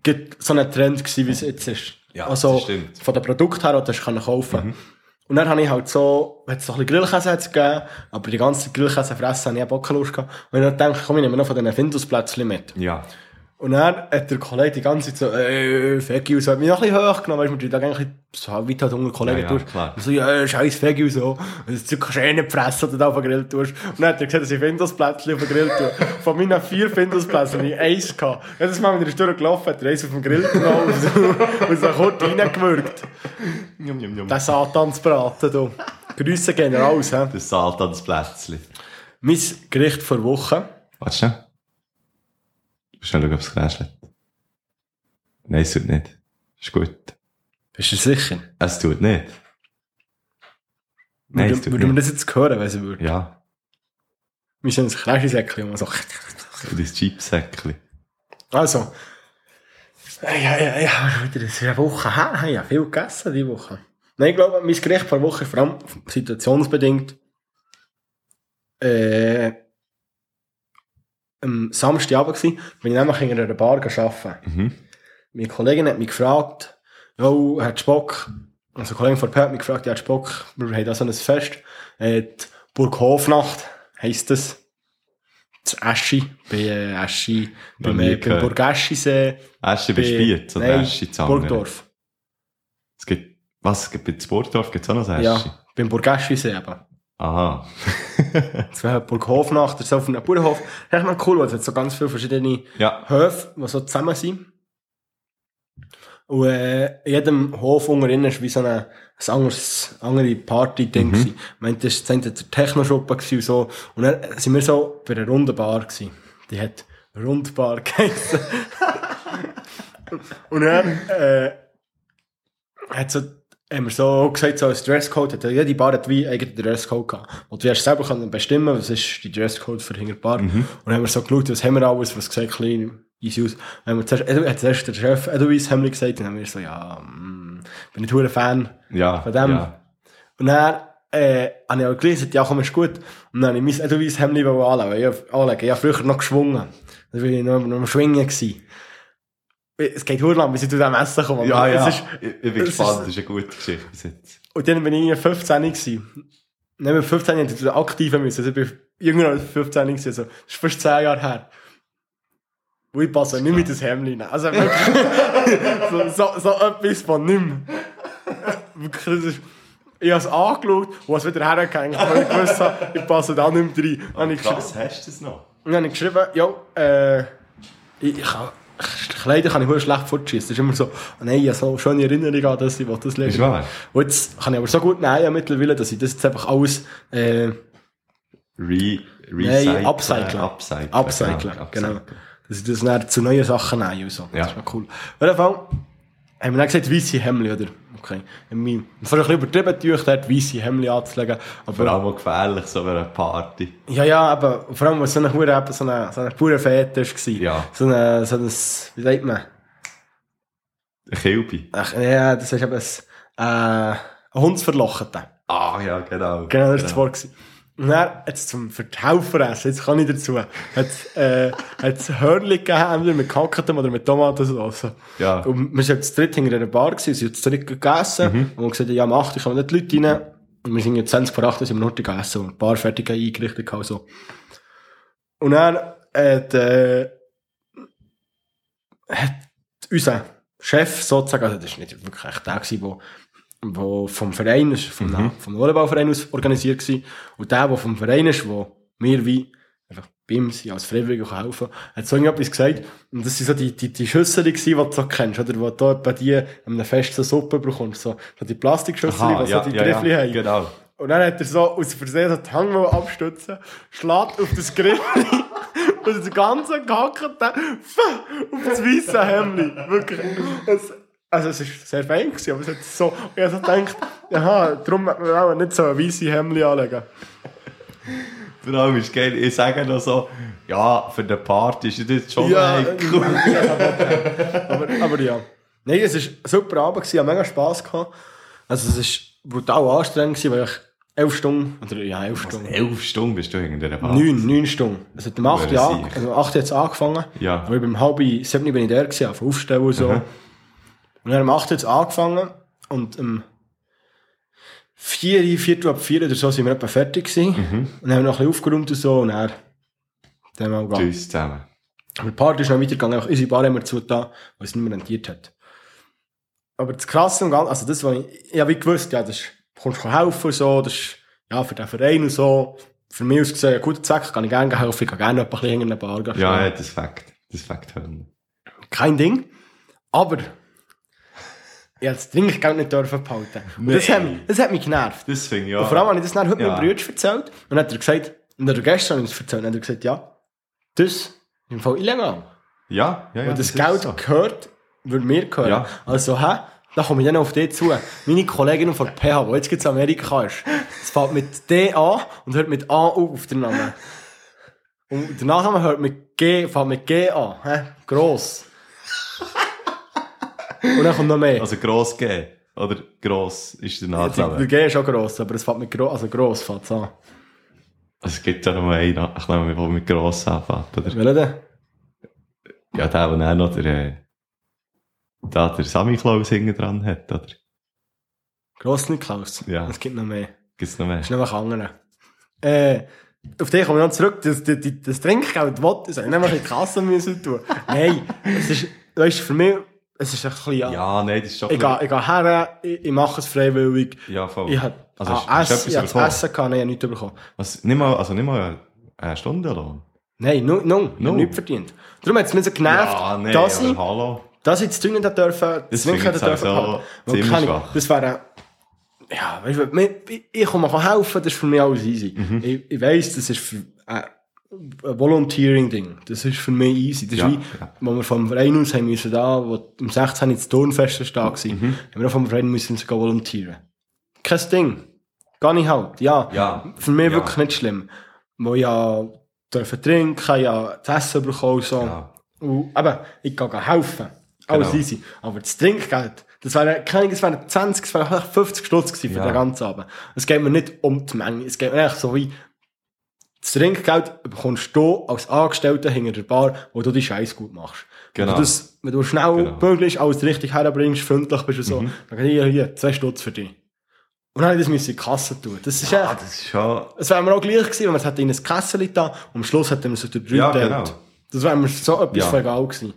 gibt so ein Trend, gewesen, wie es jetzt ist. Ja, also, das stimmt. Mhm. von den Produkten her, die du kannst kaufen Und dann habe ich halt so, hat es so ein bisschen Grillkäse hat's gegeben, aber die ganze Grillkäse fressen habe ich eben auch keine Lust gehabt. Und dann denke ich, komm, ich nehme noch von diesen Findusplätzchen mit. Ja. Und dann hat der Kollege die ganze Zeit so, äh, Fegi und so, hat mich noch ein bisschen hoch genommen, weil man da eigentlich so weit hat unter Kollegen Ja, ja, tust. klar. Und so, ja, äh, scheiß Fegi und so, das Zeug kannst du eh nicht fressen, das du auf den Grill tust. Und dann hat er gesagt, dass ich Findusplätzchen auf den Grill tue. Von meinen vier Findusplätzchen habe ich eins gehabt. Jedes Mal, wenn er durch gelaufen hat, hat er eins auf den Grill genommen und so, und so kurz reingewürgt. Njum, njum, njum. Der Satansbraten, du. Grüße gehen raus, hä? Das Satansplätzchen. Mein Gericht vor Woche. Warte schnell. Ich muss schnell schauen, ob es geräuschelt. Nein, es tut nicht. Ist gut. Bist du sicher? Es tut nicht. Nein, es Würde, tut würde man nicht. das jetzt hören, wenn sie würde? Ja, Wir sind ein kleines Säckchen, so. und dein Chipsäckchen. Also. Ja, ja, ja, ja, wieder das ist eine Woche her. Ich habe ja viel gegessen diese Woche. Nein, ich glaube, mein Gericht vor Woche, vor allem situationsbedingt, äh, am Samstagabend war, bin ich nämlich in einer Bar gearbeitet. Mhm. Meine Kollegin hat mich gefragt, ja, hat Bock, also eine Kollegin von Pär hat mich gefragt, ja, hat Bock, wir haben da so ein Fest, äh, die Burghofnacht heisst das. Das Eschi, bei äh, Eschi, Noch beim, nie äh, beim gehört. Burgeschisee. Asche bei Spiez oder nein, Asche zusammen? Burgdorf. Es gibt, was, es gibt bei Sportdorf gibt es auch noch ein Asche? Ja, beim Burgeschisee eben. Aha. Das wäre Burghofnacht, das ist auf einem Bauernhof. Das ist echt cool, weil es hat so ganz viele verschiedene ja. Höfe, die so zusammen sind. Und äh, in jedem Hof unten drin war wie so eine, ein anderes, andere Party-Ding. Mhm. Ich meine, das war der Techno-Schuppen gewesen und so. Und dann sind wir so bei einer runden Bar. Gewesen. Die hat Rundbar geheißen. und dann äh, hat so, haben wir so gesagt, so als Dresscode, hat jede Bar hat wie eigenen Dresscode gehabt. Und du hast selber können bestimmen, was ist die Dresscode für hinter die Bar. Mhm. Und dann haben wir so geschaut, was haben wir alles, was sieht klein easy aus. Dann haben wir zuerst, äh, hat zuerst der Chef Edelweiss Hemmli gesagt, dann haben wir so, ja, mm, bin nicht ein Fan. Ja. Von dem. Ja. Und dann äh, habe ich auch gelesen, ja, komm, ist gut. Und dann habe ich mein Edelweiss Hemmli anlegen. Ich habe ich hab früher noch geschwungen. Da war ich noch, noch am Schwingen. Gewesen. Es geht verdammt lang, bis ich zu diesem Essen komme. Ja, ja. Es ist, ich, ich bin es ist- gespannt, das ist eine gute Geschichte bis jetzt. und dann bin ich 15 gewesen. Nein, mit 15 hätte ich wieder aktiver müssen. Also ich bin jünger als 15 gewesen. Also, das ist fast 10 Jahre her. Und ich passe nicht mit das Hemd rein. Also wirklich. so, so, so etwas von nicht mehr. Wirklich, das ist, ich habe es angeschaut und es wieder hergehängt, weil ich gewusst habe, ich passe da nicht mehr rein. Dann habe ich geschri- hast du das noch? dann habe ich geschrieben, ja, äh, ich, ich kann, Kleider kann ich sehr schlecht fortschießen. Das ist immer so, oh nein, ich habe so schöne Erinnerungen an das, ich will das lesen. Ist wahr? Und jetzt kann ich aber so gut nähen mittlerweile, dass ich das jetzt einfach alles äh, Re, nein, recyceln. upcyclen. Upcyclen. Upcyclen, genau. Dass ich das dann zu neuen Sachen nähe und so. Ja. Das ist noch cool. Auf jeden Fall haben wir dann gesagt, weisse Hemli, oder? Okay. Ich habe mich vielleicht ein bisschen übertrieben gedacht, weisse Hemli anzulegen. Vor Aber allem auch gefährlich, so bei einer Party. Ja, ja, aber vor allem, weil so eine Hure eben so eine, so eine pure Fetisch war. Ja. So eine, so ein, wie sagt man? Ein Kilby. Ach, ja, das ist eben ein, äh, ein Hundsverlochete. Ah, ja, genau. Genau, das war das Wort. gewesen. Und dann, jetzt zum Verkaufressen, jetzt kann ich dazu, hat äh, hat's Hörnli gegeben, entweder mit Kacketen oder mit Tomatensauce. Ja. Und wir sind zu dritt hinter einer Bar gewesen, sie haben zu dritt gegessen, und wir gesagt, ja, um 8 Uhr kommen nicht die Leute rein. Und wir sind jetzt 20 vor 8 Uhr, sind wir noch gegessen, und die Bar fertig eingerichtet gehabt, so. Und dann hat, äh, hat unser Chef sozusagen, also das war nicht wirklich echt der, gewesen, wo, wo vom Verein, ist, vom, vom Volleyballverein aus organisiert war. Und der, der vom Verein ist, wo wir wie einfach bei ihm sind, als Freiwilliger kann helfen hat so irgendetwas gesagt. Und das sind so die, die, die Schüssel, gewesen, die du so kennst, oder? Wo du bei dir an einem Fest so Suppe bekommst. So, so die Plastikschüssel, die so die Griffli haben. Genau. Und dann hat er so aus Versehen so die Hangwall abstützen, schlägt auf das Grill und das ganze Kackerte auf das weiße Hemd. Wirklich. Es, also es war sehr fein, gewesen, aber es hat so... Ich habe so gedacht, aha, darum hat man auch nicht so ein weißes Hemd anlegen. Vor allem ist geil, ich sage noch so, ja, für eine Party ist das schon heikel. aber, aber ja. Nein, es war ein super Abend, gewesen, ich habe mega Spass gehabt. Also es war brutal anstrengend, gewesen, weil ich elf Stunden... Oder ja, elf Stunden. Elf Stunden bist du in dieser Party. Neun, neun Stunden. Es hat um 8 Uhr Wer an- sich. also um 8 Uhr hat's angefangen. Ja. Aber ich beim halb sieben bin ich da gewesen, auf Aufstellen und so. Und dann um 8 Uhr hat's angefangen und um 4 Uhr, Viertel ab 4 Uhr oder so sind wir etwa fertig gewesen. Und dann haben wir noch ein bisschen aufgeräumt und so und dann dann mal gegangen. Tschüss zusammen. Aber die Party ist noch weitergegangen, auch unsere Bar haben wir zugetan, weil es nicht mehr rentiert hat. Aber das Krasse am Ganzen, also das, was ich, ich habe wie gewusst, ja, das ist, du kommst helfen und so, das ist, ja, für den Verein und so, für mich aus gesehen, ein guter Zweck, kann ich gerne helfen, ich kann gerne jemanden ein bisschen hinter eine Bar gehen. Ja, ja, das ist Fakt. Das ist Fakt. hören. Kein Ding. Aber, ich hätte das Trinkgeld nicht dürfen behalten. Und das, Nee. hat, mich- das hat mich genervt. Das finde ich auch. Und vor allem habe ich das dann heute Ja. meinem Bruder erzählt. Und dann hat er gesagt, und dann hat er gestern habe ich es erzählt, und dann hat er gesagt, ja, das ist im Fall illegal. Ja, ja, ja. Und das, ist Geld so. gehört, würde mir gehören. Ja. Also, hä? Da komme ich dann auf dich zu. Meine Kollegin von der PH, die jetzt in Amerika ist, es fängt mit D an und hört mit A auf den Namen. Und der Nachname hört mit G, fängt mit G an. Hä? Gross. Und dann kommt noch mehr. Also gross G. Oder gross ist der der Nachname. G ist auch gross, aber es fängt mit gross, also gross fängt's an. Also es gibt ja noch einen, ich glaube, der mit gross anfängt. Oder? Welcher denn? Ja, der, der dann noch der, äh, da der Sammy Klaus hinten dran hat, oder? Gross Niklaus. Ja. Es gibt noch mehr. Gibt's noch mehr? Das ist nämlich andere. Äh, auf dich komme ich noch zurück. Das, das, das, das Trinkgeld wollte ich. Ich nämlich in die Kasse müssen tun. Nein, es ist, weißt, du, für mich, es ist ein bisschen, ja. Ja, nein, das ist schon Ich gehe, ich gehe her, ich, ich mache es freiwillig. Ja, voll. Ich habe Also hast- ah, hast du Essen, etwas ich habe bekommen? Essen gehabt, nein, ich habe nichts bekommen. Was, nicht mal, also nicht mal eine Stunde lang. Nein, nun, nun, ich Null. habe nichts verdient. Darum hat es mich so genervt, dass, ich, hallo. dass ich das Dünne da dürfen, Das finde ich da jetzt also behalten. Weil ziemlich keine- schwach. Das wäre, ja, weißt du, mir- ich, ich kann mir helfen, das ist für mich alles easy. Mhm. Ich, ich weiss, das ist für, äh, ein Volunteering-Ding. Das ist für mich easy. Das Ja, ist wie, ja. wo wir vom Verein aus haben müssen, da, wo um im 16. jetzt Turnfest war, Mhm. haben wir auch vom Verein müssen sogar volontieren. Kein Ding. Gar nicht halt. Ja. Ja. Für mich Ja. wirklich nicht schlimm. Wo ich ja dürfen trinken, ja, das Essen bekommen und so. Ja. Und eben, ich kann gehen helfen. Alles Genau. easy. Aber das Trinkgeld, das wären, keine Ahnung, das wären 20, das wären vielleicht 50 Stutz gewesen für Ja. den ganzen Abend. Es geht mir nicht um die Menge. Es geht mir echt so wie, das Trinkgeld bekommst du als Angestellter hinter der Bar, wo du die Scheiße gut machst. Genau. Wenn du, das, wenn du schnell Genau. Mhm. pünktlich alles richtig herbringst, freundlich bist und so, dann kann ich hier zwei Stutz für dich. Und dann das müssen in die Kasse tun. Das ist Ah, echt, das ist schon... es wäre mir auch gleich gewesen, wenn man es hätte in ein Kessel getan und am Schluss hätten wir es durch drei Ja, geteilt. genau. Das wäre mir so etwas Ja. ja. egal gewesen.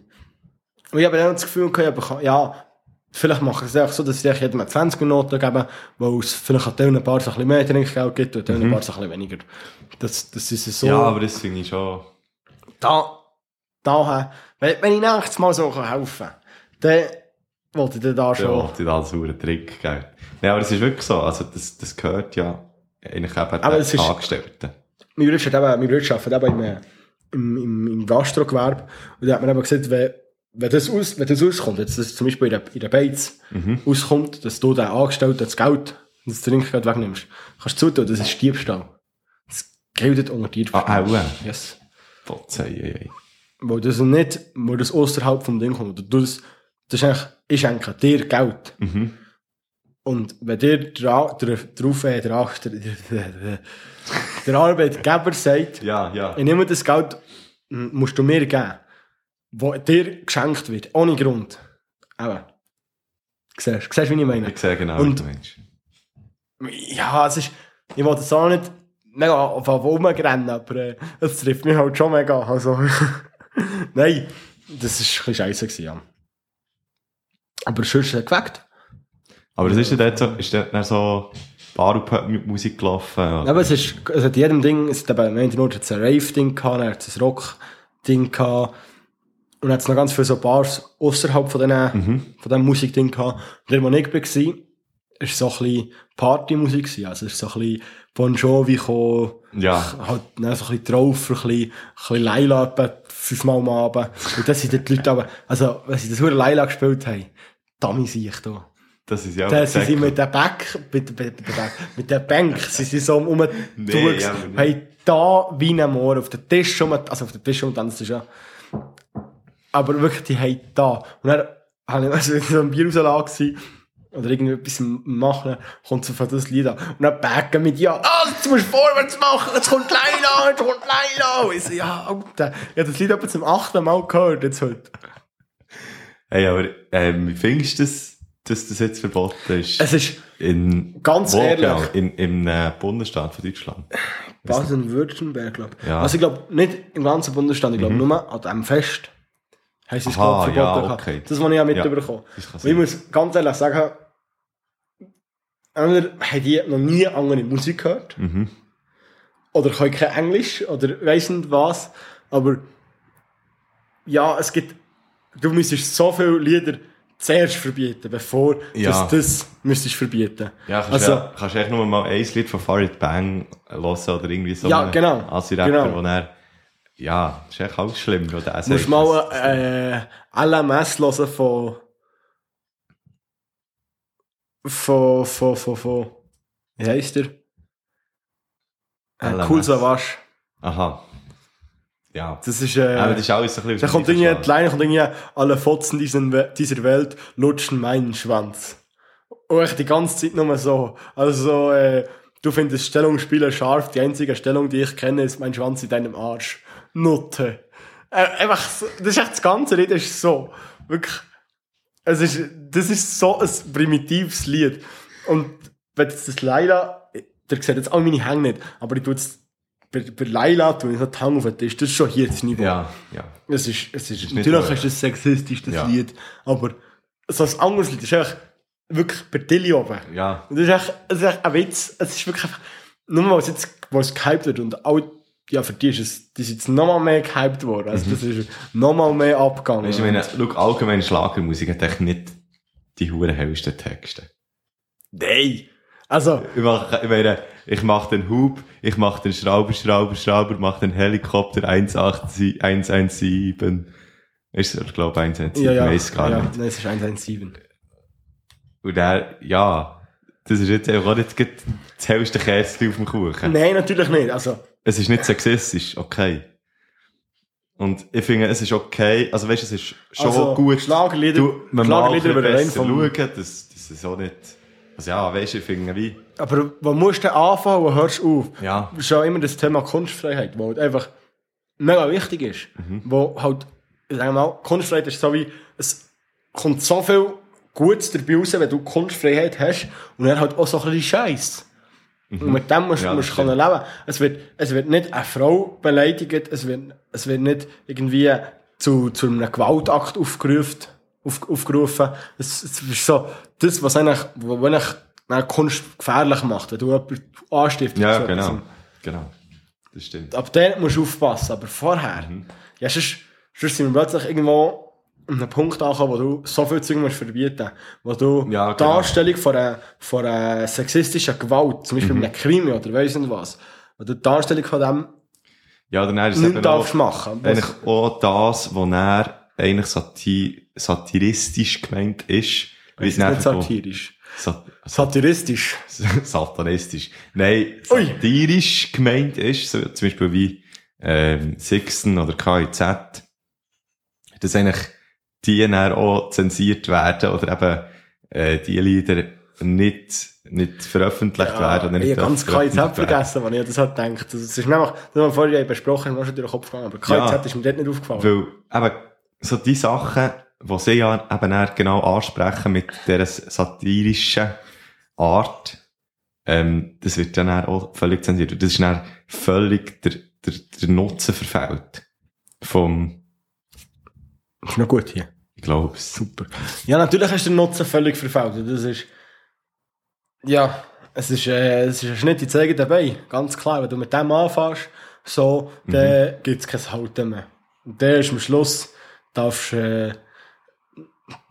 Und ich habe dann auch das Gefühl gehabt, ich habe- ja, vielleicht mache ich es einfach so, dass ich jedem 20 Minuten gebe, weil es vielleicht an denen ein paar so ein bisschen mehr Trinkgeld gibt und an denen ein paar so ein bisschen weniger. Das, das ist so. Mhm. Ja, aber das finde ich schon... da, daher, wenn, wenn ich nächstes Mal so helfen kann, dann wollte ich dir da Ja, schon. macht dir da so einen Trick, gell. Nein, aber es ist wirklich so, also das, das gehört ja eigentlich eben Aber es ist- Angestellten. mein Bruder hat eben, mein Bruder arbeitet eben im, äh, im, im, im Gastrogewerbe. Und da hat man eben gesagt, wenn, wenn, das aus, wenn das auskommt, jetzt das zum Beispiel in der, in der Beiz Mhm. auskommt, dass du den Angestellten das Geld, das Trinkgeld wegnimmst, kannst du zutun, das ist Diebstahl. Das gilt unter Diebstahl. Ah, auch, äh? Yes. Botzei, Weil das nicht, weil Mhm. das außerhalb vom Ding kommt. Du, das, das ist eigentlich, ich schenke dir Geld. Und wenn dir dra- dra- drauf äh, der, Ach- der, der, der Arbeitgeber sagt, Ja, ja. ich nehme das Geld, m, musst du mir geben, wo dir geschenkt wird, ohne Grund. Eben. Siehst du, siehst, du, wie ich meine? Ich sehe genau, Und- wie du meinst. Ja, es ist, ich will das auch nicht mega auf den Wurm rennen, aber äh, es trifft mich halt schon mega. Also, nein, das war ein bisschen scheiße. Gewesen, ja. Aber sonst äh, geweckt. Aber es ist ja dort so, ist dort dann so Bar- und Pub-Musik gelaufen. oder? Aber es ist, es hat jedem Ding, es hat eben, wir haben nur ein Rave-Ding gehabt, dann hat es ein Rock-Ding gehabt. Und dann hat es noch ganz viele so Bars außerhalb von diesen Mhm. von diesem Musikding gehabt. Und der, wo ich war, war so ein bisschen Partymusik. gewesen. Also, es ist so ein bisschen Bon Jovi gekommen. Ja. Halt, ne, so ein bisschen drauf, ein bisschen, ein bisschen Laila, etwa fünfmal am Abend. Und das sind dort die Leute aber, also, wenn sie das Huren Laila gespielt haben, Dummy sehe ich da. Das ist ja Da sind sie Säckel. mit der Back, mit, mit, mit, der Back- mit der Bank, sie sind so um Nee, nee, ja, aber nicht. haben da wie ein Moor auf den Tisch um, also auf den Tisch um tanzt ja. Aber wirklich, die haben da. Und dann habe ich also, wenn ich so ein Bier rausgelassen gewesen oder irgendetwas am machen, kommt so von das Lied an. Und dann backen mit, ja, ah, jetzt musst du vorwärts machen, jetzt kommt Leila, jetzt kommt Leila. Ich so, ja, Alter, ich habe das Lied etwa zum achten Mal gehört jetzt heute. Hey, aber ähm, wie findest du das, dass das jetzt verboten ist? Es ist in, ganz wo ehrlich. genau? In, Im äh, Bundesstaat von Deutschland. Baden-Württemberg, glaube ich. Ja. Mhm. Also ich glaube, nicht im ganzen Bundesstaat, ich glaube nur an diesem Fest. Heißt es Aha, gerade ja, verboten. gehabt. okay. Das habe ich ja mitbekommen. Das kann Und Ich sein. muss ganz ehrlich sagen, entweder haben die noch nie andere Musik gehört Mhm. oder können kein Englisch oder weiss nicht was. Aber ja, es gibt. Du müsstest so viele Lieder zuerst verbieten, bevor Ja. du das müsstest verbieten. Ja, kannst, Also- ja, kannst echt nur mal ein Lied von Farid Bang hören oder irgendwie so. Ja, einen genau, Asi-Rapper, genau. wo er... Ja, ist echt alles schlimm, was der Du musst sagt. mal äh, LMS hören von. Von, von, von, von. Wie heisst der? Äh, LMS. cool Savage. Aha. Ja. Das ist. Äh, Aber das ist alles so ein bisschen... da kommt irgendwie, die Line kommt irgendwie, alle Fotzen diesen, We- dieser Welt lutschen meinen Schwanz. Und ich die ganze Zeit nur so. Also, äh, du findest Stellungsspiele scharf, die einzige Stellung, die ich kenne, ist mein Schwanz in deinem Arsch. Nutte. Äh, einfach, so- das ist echt das ganze Lied, ist so. Wirklich. Es ist, das ist so ein primitives Lied. Und wenn jetzt das Laila, der sieht jetzt auch meine Hänge nicht, aber ich tue jetzt, bei, bei Laila tue ich so die Hänge auf den Tisch, das ist schon hier das Niveau. Ja, ja. Es ist, es ist, Ist nicht natürlich wahr. ist es sexistisch, das Ja. Lied, aber so ein anderes Lied ist echt wirklich per Tilly oben. Ja. Und Das ist echt, das ist echt ein Witz. Es ist wirklich einfach, nur weil es jetzt weil es gehypt wird und auch, ja, für die ist es, die ist jetzt nochmal mehr gehypt worden. Also das ist nochmal mehr abgegangen. Mhm. Weißt du, ich meine, schau, allgemein Schlagermusik hat echt nicht die hohen hellsten Texte. Nein! Also, Ich mache, ich meine, ich mache den Hub, ich mache den Schrauber, Schrauber, Schrauber, mache den Helikopter 187, 117. Ist er, glaube ich, 117, ja, ja. ich weiß gar ja, nicht. Nein, es ist 117. Und der, ja, das ist jetzt einfach auch nicht gerade das hellste Kästchen auf dem Kuchen. Nein, natürlich nicht. Also, Es ist nicht sexistisch, okay. Und ich finde, es ist okay, also weißt du, es ist schon also gut. Schlagerlieder, Du, man mag Schlagerlieder ein bisschen über einen besser vom... schauen, das, das ist auch nicht... Also ja, weißt du, ich finde, wie... Aber wo musst du anfangen, wo hörst du auf? Ja. ist ja immer das Thema Kunstfreiheit, wo halt einfach mega wichtig ist. Mhm. Wo halt, ich sag mal, Kunstfreiheit ist so wie, es kommt so viel Gutes dabei raus, wenn du Kunstfreiheit hast und dann halt auch so ein bisschen Scheiß. Und mit dem musst Mhm. Ja, du das musst können leben. Es wird, es wird nicht eine Frau beleidigt, es wird, es wird nicht irgendwie zu, zu einem Gewaltakt aufgerufen. Auf, aufgerufen. Es, es ist so, das, was eigentlich, was eigentlich eine Kunst gefährlich macht, wenn du jemanden anstiftest. Ja, so etwas. genau. Genau. Das stimmt. ab dort musst du aufpassen, aber vorher, hm? ja, sonst, sonst sind wir plötzlich irgendwo an einem Punkt angekommen, wo du so viel Zeug musst verbieten musst, wo du Ja, die genau. Darstellung von einer, von einer sexistischen Gewalt, zum Mhm. Beispiel einem Krimi oder weiss nicht was, wo du die Darstellung von dem Ja, dann ist es nicht eben darfst auch, machen. Was- eigentlich auch das, was er eigentlich sati satiristisch gemeint ist. wie ist nicht es nachher satirisch. Sat Satiristisch. satanistisch. Nein, Ui. satirisch gemeint ist, so, zum Beispiel wie ähm, Sixten oder KIZ, dass eigentlich die dann auch zensiert werden oder eben äh, die Lieder nicht, nicht veröffentlicht werden. oder Ja, Ah, ich habe ganz nicht KIZ veröffentlicht werden. vergessen, als ich an das halt gedacht habe. Das ist nämlich, das haben wir vorher besprochen, mir schon durch den Kopf gegangen, aber KIZ Ja. ist mir dort nicht aufgefallen. Weil eben so die Sachen, die sie ja eben auch genau ansprechen mit dieser satirischen Art, ähm, das wird dann auch völlig zensiert. Und Das ist dann völlig der, der, der Nutzen verfehlt. Vom, ist noch gut hier. ich glaube es. Super. Ja, natürlich hast du den Nutzen völlig verfehlt. Das ist. Ja, es ist, äh, es ist ein Schnitt ins eigene Bein. Ganz klar. Wenn du mit dem anfängst, so, dann Mhm. gibt es kein Halten mehr. Und dann ist am Schluss, darfst du äh,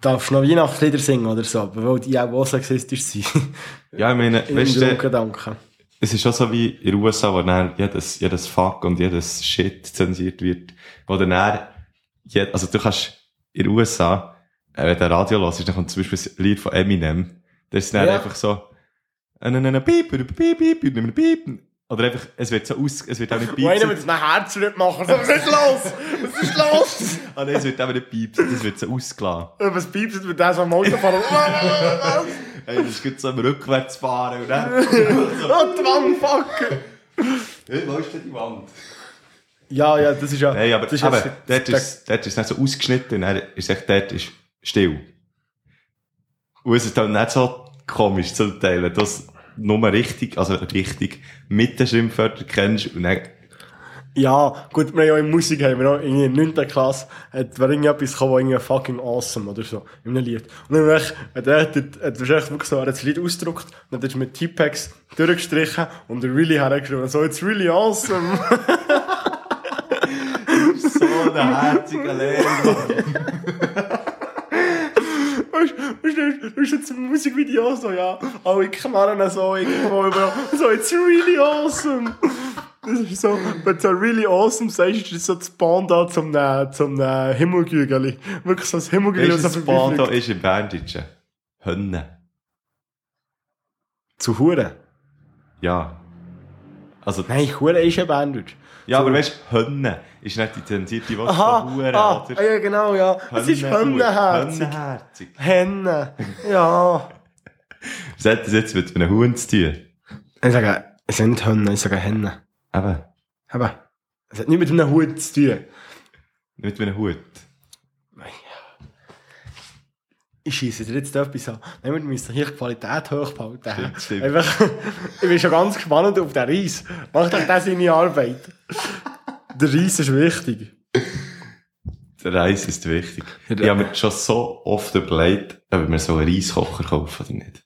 darfst noch Weihnachtslieder singen oder so, aber weil die auch sexistisch sind. Ja, ich meine, In weißt dem du, Gedanken. es ist schon so wie in den USA, wo dann jedes, jedes Fuck und jedes Shit zensiert wird. Wo dann, dann jed- also du kannst in den USA, äh, wenn du Radio hörst, dann kommt zum Beispiel ein Lied von Eminem. Das ist dann Ja. einfach so, äh, nein, nein, nein, piep, piep, piep, piep, piep, piep, piep. Oder einfach, es wird so aus, es wird auch nicht Wo einer piepsen. mit einem Herz nicht machen. So, was ist los? Was ist los? Ah, nein, es wird auch nicht piepsen, es wird so ausgeladen. Was piepst mit dem so am Autofahren? Also. Hey, das ist gut so im Rückwärtsfahren, oder? Oh, die Wandfacke! Hey, wo ist denn die Wand? Ja, ja, das ist ja. Nein, aber das ist aber jetzt- dort ist dort ist es nicht so ausgeschnitten und dann ist echt dort ist still. Und es ist dann nicht so komisch zu teilen, dass nur richtig, also richtig mit den Schimpfwörtern kennst und dann, Ja, gut, wir haben ja in Musik haben wir auch in der 9. Klasse, hat war irgendetwas gekommen, was irgendwie fucking awesome oder so, in einem Lied. Und dann hat er, hat er, hat er echt wirklich so, er hat das Lied ausgedruckt, und dann hat er mit T-Packs durchgestrichen und er really hergeschrieben, so, it's really awesome. so ein herziger Lehrer. Weißt du, weißt du, weißt du, jetzt im Musikvideo so, ja, alle Knarren so irgendwo überall, so, it's really awesome. Das ist so, wenn du so really awesome sagst, ist das so das Panda zum, äh, zum äh, Himmelgügeli. Wirklich so das Himmelgügeli, Weißt du, das vorbeifliegt. Bando ist im Berndeutschen? Hönne. Zu Hure? Ja. Also, Nein, Hure ist ein Bandage. ja, aber weißt du, Hönne ist nicht die zensierte Wort Aha, von Huren, ah, oder? ja genau, ja. Es ist Hennenherzig. Hönneherzig. Henne. Ja. Was hat das jetzt mit einem Huhn zu tun? Ich sage, es sind nicht Henne, ich sage Henne. Eben. Aber es hat nichts mit einem Hut zu tun. Nicht mit einem Hut. Ich schieße dir jetzt etwas an. Nein, wir müssen hier die Qualität hochhalten. Stimmt, stimmt. Einfach, ich bin schon ganz gespannt auf den Reis. Macht euch das seine Arbeit. Der Reis ist wichtig. Der Reis ist wichtig. Ja, Ich habe mir schon so oft überlegt, ob wir so einen Reiskocher kaufen oder nicht.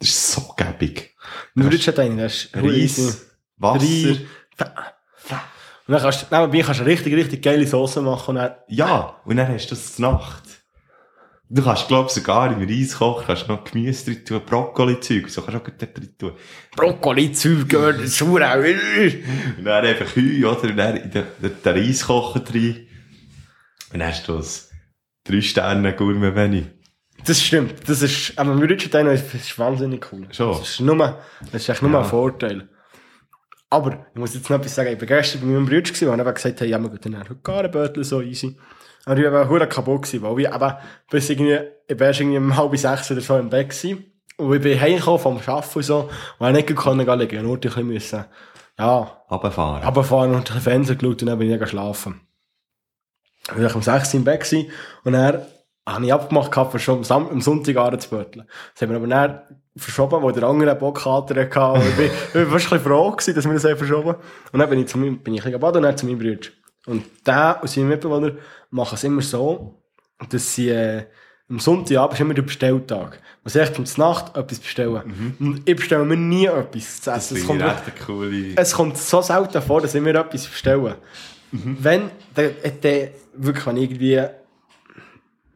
Das ist so gäbig. Nur jetzt hat einen, das ist Reis, Wasser. Reis. Und dann kannst du, nebenbei kannst du richtig, richtig geile Soße machen und dann Ja, und dann hast du das zur Nacht. Du kannst, glaube ich, sogar im Reiskocher kannst du noch Gemüse drin tun, Brokkoli-Zeug, so kannst du auch gut dort drin tun. Brokkoli-Zeug gehört ins Schurau. Und dann einfach Heu, oder? Und dann in den, den, den Reiskocher rein. Und dann hast du das 3-Sterne-Gourmet-Menü. Das stimmt. Das ist, aber wir rutschen einen, das ist wahnsinnig cool. Schon. Das ist nur, das ist echt nur Ja. ein Vorteil. Aber, ich muss jetzt noch etwas sagen, ich war gestern bei meinem Bruder gewesen, und habe gesagt, hey, ja, wir gehen heute gar ein Bötel, so easy. Aber ich war aber verdammt kaputt gewesen, weil ich eben, bis irgendwie, ich war erst irgendwie um halb sechs oder so im Bett gewesen. Und ich bin heimgekommen vom Arbeiten und so, und ich nicht konnte gehen liegen, ich musste nur ein bisschen, müssen, ja, Runterfahren. runterfahren und den Fernseher geschaut und dann bin ich geschlafen. Dann war ich um 6 Uhr im Bett gewesen und dann habe ich abgemacht, gehabt, für schon am, Sam am Sonntag anzuböteln. Das haben wir aber dann verschoben, weil der andere Bockkater hatte. Und ich bin, ich bin fast ein bisschen froh, gewesen, dass wir das haben verschoben Und dann bin ich, zu meinem, bin ich ein bisschen baden und dann zu meinem Bruder. Und der und seine Mitbewohner machen es immer so, dass sie äh, am Sonntagabend ist immer der Bestelltag. Man sagt, um die Nacht etwas bestellen. Und ich bestelle mir nie etwas zu essen. Mhm. Es Das finde kommt ich echt eine coole... es kommt so selten vor, dass ich mir etwas bestelle. Wenn, dann, äh, dann wirklich, wenn ich irgendwie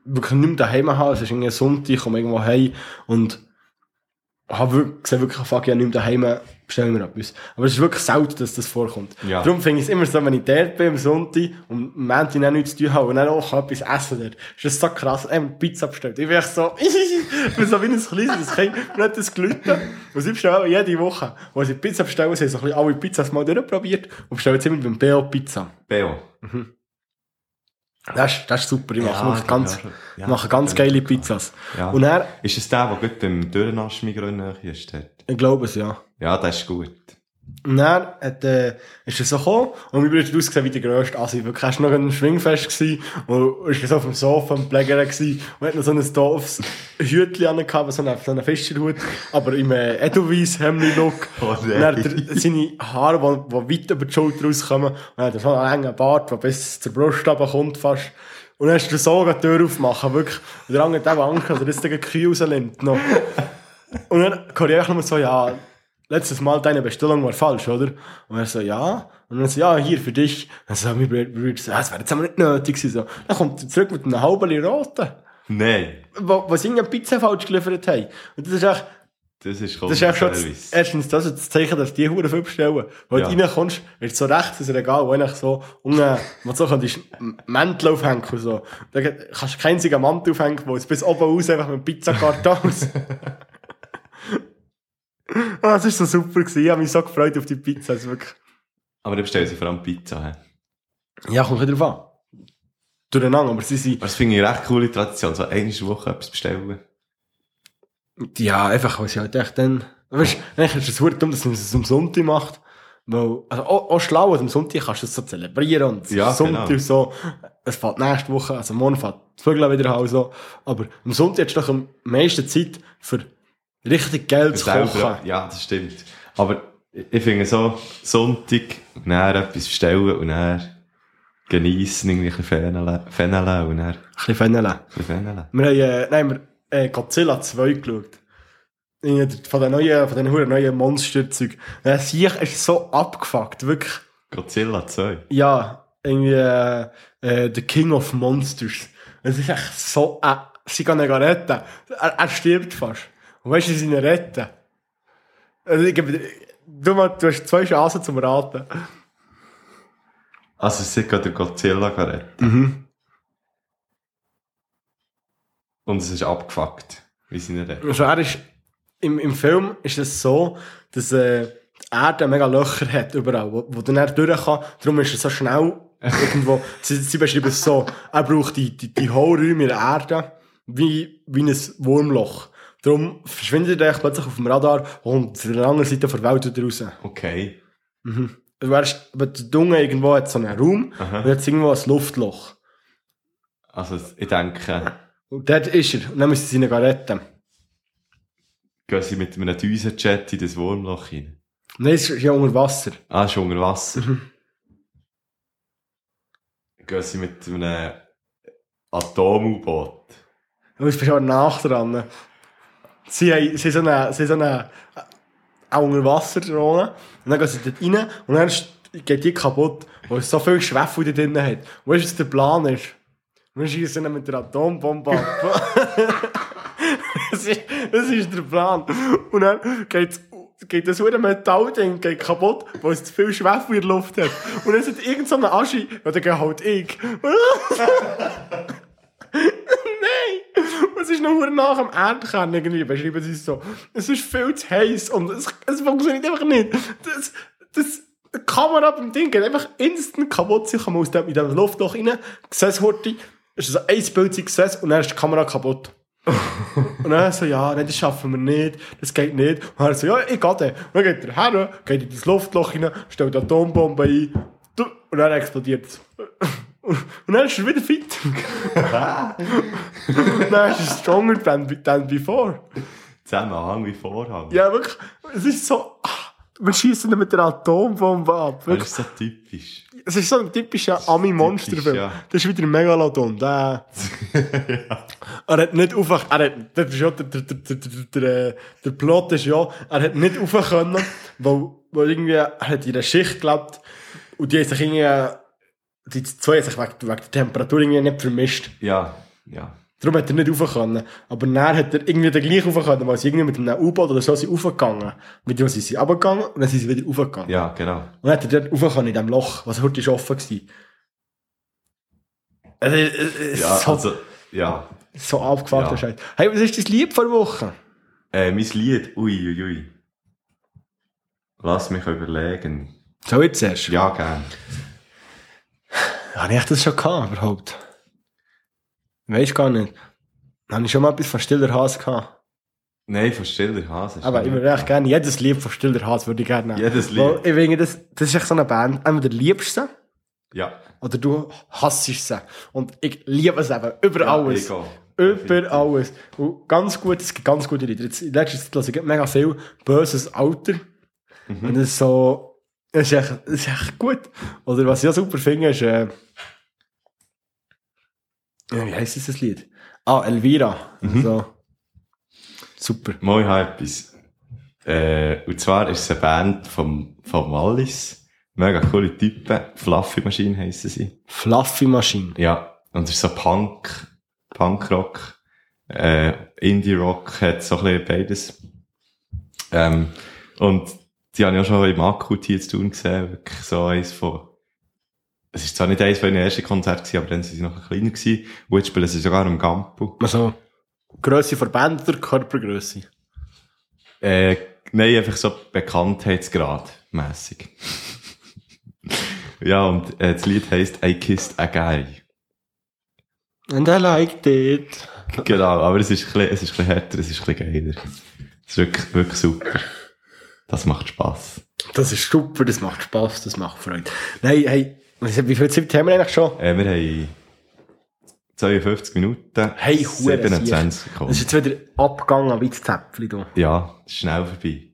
wirklich nicht mehr daheim habe, es ist irgendwie Sonntag, ich komme irgendwo heim und habe wirklich, sehe wirklich, fuck, ja, nicht mehr daheim, bestelle mir etwas. Aber es ist wirklich selten, dass das vorkommt. Ja. Darum finde ich es immer so, wenn ich dort bin am Sonntag und am Montag dann nichts zu tun habe und dann auch etwas essen dort, ist das so krass, eben Pizza bestellt. Ich bin echt so, ich bin so wie ein kleines Kind, mir hat das gelitten. Und sie bestellen jede Woche. Und als ich Pizza bestelle, sie haben so ein bisschen alle Pizzas mal durchprobiert und bestellen jetzt immer beim Beo Pizza. Beo. Das ist, das ist super. Ich mache Ja, noch ganz, genau. Ja, mache ganz ja, geile klar. Pizzas. Ja. Und er, Ist es der, der gut beim Dürrenaschmigrönen ist? dort? ich glaube es, ja. Ja, das ist gut. Und dann hat, äh, ist er so gekommen und mein Bruder hat ausgesehen wie der grösste Assi. Wirklich, er war noch ein Schwingfest gewesen, und ist so auf dem Sofa am Plägern gewesen und hat noch so ein doofes Hütchen angehabt, so einen, so einen Fischerhut, aber im äh, edelweiss hemli look Oh Und nein. dann hat er seine Haare, die, die weit über die Schulter rauskommen und dann hat er so einen langen Bart, der bis zur Brust kommt fast. Und dann hast du so die Tür aufmachen, wirklich. Und der andere hat auch Angst, dass er jetzt gegen Kühe rausnimmt. Noch. Und dann höre ich einfach nur so, ja, letztes Mal deine Bestellung war falsch, oder? Und er so, ja. Und dann so, ja, hier für dich. Dann so, mein Bruder, Bruder so, ja, das wäre jetzt aber nicht nötig gewesen. So. Dann kommt er zurück mit einem halben Roten, Nein, wo, wo sie irgendeine Pizza falsch geliefert haben. Und das ist echt, das ist das ist echt schon, das, äh, Service. erstens, das ist das Zeichen, dass die Huren viel bestellen. Weil Ja. du reinkommst, wird so rechts aus Regal, wo eigentlich so, unten, man so kann, Mäntel aufhängen und so. Da geht- kannst du keinen einzigen Mantel aufhängen, wo es bis oben raus einfach mit dem Pizzakartons. ah, das ist so super gewesen. Ich habe mich so gefreut auf die Pizza. Also wirklich. Aber dann bestellen sie vor allem Pizza. He. Ja, kommt drauf an. Durcheinander, aber sie sind, Aber das finde ich eine recht coole Tradition, so eine Woche etwas bestellen. ja, einfach, weil sie halt echt dann, weißt du, eigentlich ist es verdammt dumm, dass man es am Sonntag macht. Weil, also auch, auch schlau, also am Sonntag kannst du es so zelebrieren und Ja, am Sonntag genau. so, es fährt nächste Woche, also morgen fährt die Vögel wieder nach Hause. Aber am Sonntag hast du doch am meisten Zeit für richtig Geld zu Selber- kochen. Ja, das stimmt. Aber ich ich finde so, Sonntag, dann etwas bestellen und dann genießen, irgendwie ein bisschen Fennele- Fennele und dann ein Ein bisschen fenneln. bisschen Fennele. Wir haben, äh, nein, wir, äh, Godzilla 2 geschaut. Ja, d- Von den neuen, von den huren neuen Monsterzeug. Das Sieg ist so abgefuckt, wirklich. Godzilla 2. Ja, irgendwie, äh, äh, The King of Monsters. Es ist echt so, äh, sie kann ihn gar retten. Er, er stirbt fast. Und weißt du, sie ihn retten. Also, ich gebe dir, du, mal, du hast zwei Chancen zum Raten. Also sie geht der Godzilla retten. Mhm. Und es ist abgefuckt, wie sie ihn retten. Also, er ist, im, im Film ist es so, dass, äh, die Erde mega Löcher hat überall, wo, wo dann er durch kann. Darum ist er so schnell irgendwo. sie, sie beschreiben es so. Er braucht die, die, die Hohlräume in der Erde wie, wie ein Wurmloch. Darum verschwindet er eigentlich plötzlich auf dem Radar und von der anderen Seite der Welt wieder raus. Okay. Mhm. Du wärst, aber der Dunge irgendwo hat so einen Raum und Aha. jetzt irgendwo ein Luftloch. Also ich denke, Und dort ist er. Und dann müssen sie ihn gehen retten. gehen sie mit einem Düsenjet in das Wurmloch rein. Nein, es ist ja unter Wasser. Ah, ist unter Wasser. Mhm. Gehen sie mit einem Atom-U-Boot. Du bist schon nach dran. Sie haben, sie haben so eine, sie haben so eine auch Unterwasserdrohne. Und dann gehen sie dort rein und dann ist- geht die kaputt, weil es so viel Schwefel da drin hat. Und weißt du, was der Plan ist? Wir schießen ihn mit der Atombombe ab. das, ist, das ist der Plan. Und dann geht's, geht das hohe Metallding geht kaputt, weil es zu viel Schwefel in der Luft hat. Und dann sind irgend so eine Asche, oder geht halt ich. Nein! Es ist nur nach dem Erdkern irgendwie, beschreiben sie es so. Es ist viel zu heiß und es, es funktioniert einfach nicht. Das, das die Kamera beim Ding geht einfach instant kaputt. Sie kommen aus dem, in diesem Luftloch rein, sehen es Horti, ist so ein Bild, sie sehen es und dann ist die Kamera kaputt. und dann so, ja, nein, das schaffen wir nicht, das geht nicht. Und er so, ja, ich gehe dann. Und dann geht er her, geht in das Luftloch rein, stellt eine Atombombe ein du- und dann explodiert es. Und dann ist er wieder fit. Nein, es ist stronger than, than before. Zusammenhang wie Vorhang. Ja, wirklich. Es ist so. ah, Wir schießen ihn mit der Atombombe ab. Das Wirklich. ist so typisch. Es ist so ein typischer Ami-Monsterfilm. ja. Das ist wieder ein Megalodon. Der, äh, Er hat nicht auf. Er hat, das ist ja, der, der, der, der, der, der, der Plot ist ja, er hat nicht rauf können, weil, weil irgendwie, er hat in einer Schicht gelebt und die haben sich irgendwie. Die zwei haben sich wegen, wegen der Temperatur irgendwie nicht vermischt. Ja, ja. Darum hat er nicht rauf können. Aber dann hat er irgendwie den gleich rauf können, weil sie irgendwie mit einem U-Boot oder so sind raufgegangen. Mit dem sind sie runtergegangen und dann sind sie wieder raufgegangen. Ja, genau. Und dann hat er dort rauf können in diesem Loch, was heute ist offen gewesen. Also, äh, äh, Ja, so, also, ja. so abgefuckt, Ja. der Scheiß. Hey, was ist dein Lied vor Woche? Äh, mein Lied, ui, ui, ui. Lass mich überlegen. So jetzt erst. Ja, gern. Habe ich das schon gehabt, überhaupt? Weiß gar nicht. Da habe ich schon mal etwas von Stiller Hase gehabt. Nein, von Stiller Hase. ist Aber nicht- ich würde echt gerne jedes Lied von Stiller Hase würde ich gerne nehmen. Jedes Lied. Weil ich finde, das, das ist echt so eine Band. Einmal der Liebste Ja. oder du hasst sie. Und ich liebe es eben. Über Ja, alles. egal. Über alles. Und ganz gut, es gibt ganz gute Lieder. Jetzt, in letzter Zeit höre ich mega viel böses Alter. Mhm. Und das ist so, das ist echt, das ist echt gut. Oder was ich auch super finde, ist, äh, ja, wie heisst dieses Lied? Ah, Elvira. Mhm. So. Super. Moin, Hypes. Äh, und zwar ist es eine Band vom, vom Wallis. Mega coole Typen. Fluffy Maschine heissen sie. Fluffy Maschine. Ja. Und es ist so Punk, Punkrock, äh, Indie-Rock, hat so ein bisschen beides. Ähm, und die habe ich auch schon im Akut hier zu tun gesehen. Wirklich so eins von, es ist zwar nicht eins von ihren ersten Konzerten gewesen, aber dann sind sie noch ein kleiner gewesen. Und jetzt spielen sie sogar am Gampo. Also, Grösse von Band oder Körpergrösse? Äh, nein, einfach so Bekanntheitsgrad mäßig. ja, und äh, das Lied heisst I Kissed a Guy. And I liked it. Genau, aber es ist ein bisschen, es ist ein bisschen härter, es ist ein bisschen geiler. Es ist wirklich, wirklich super. Das macht Spass. Das ist super, das macht Spass, das macht Freude. Nein, hey, wie viel Zeit haben wir eigentlich schon? Äh, wir haben 52 Minuten, Hey, Hure, 27 Das Sekunden. ist jetzt wieder abgegangen wie das Zäpfchen hier. Ja, es ist schnell vorbei.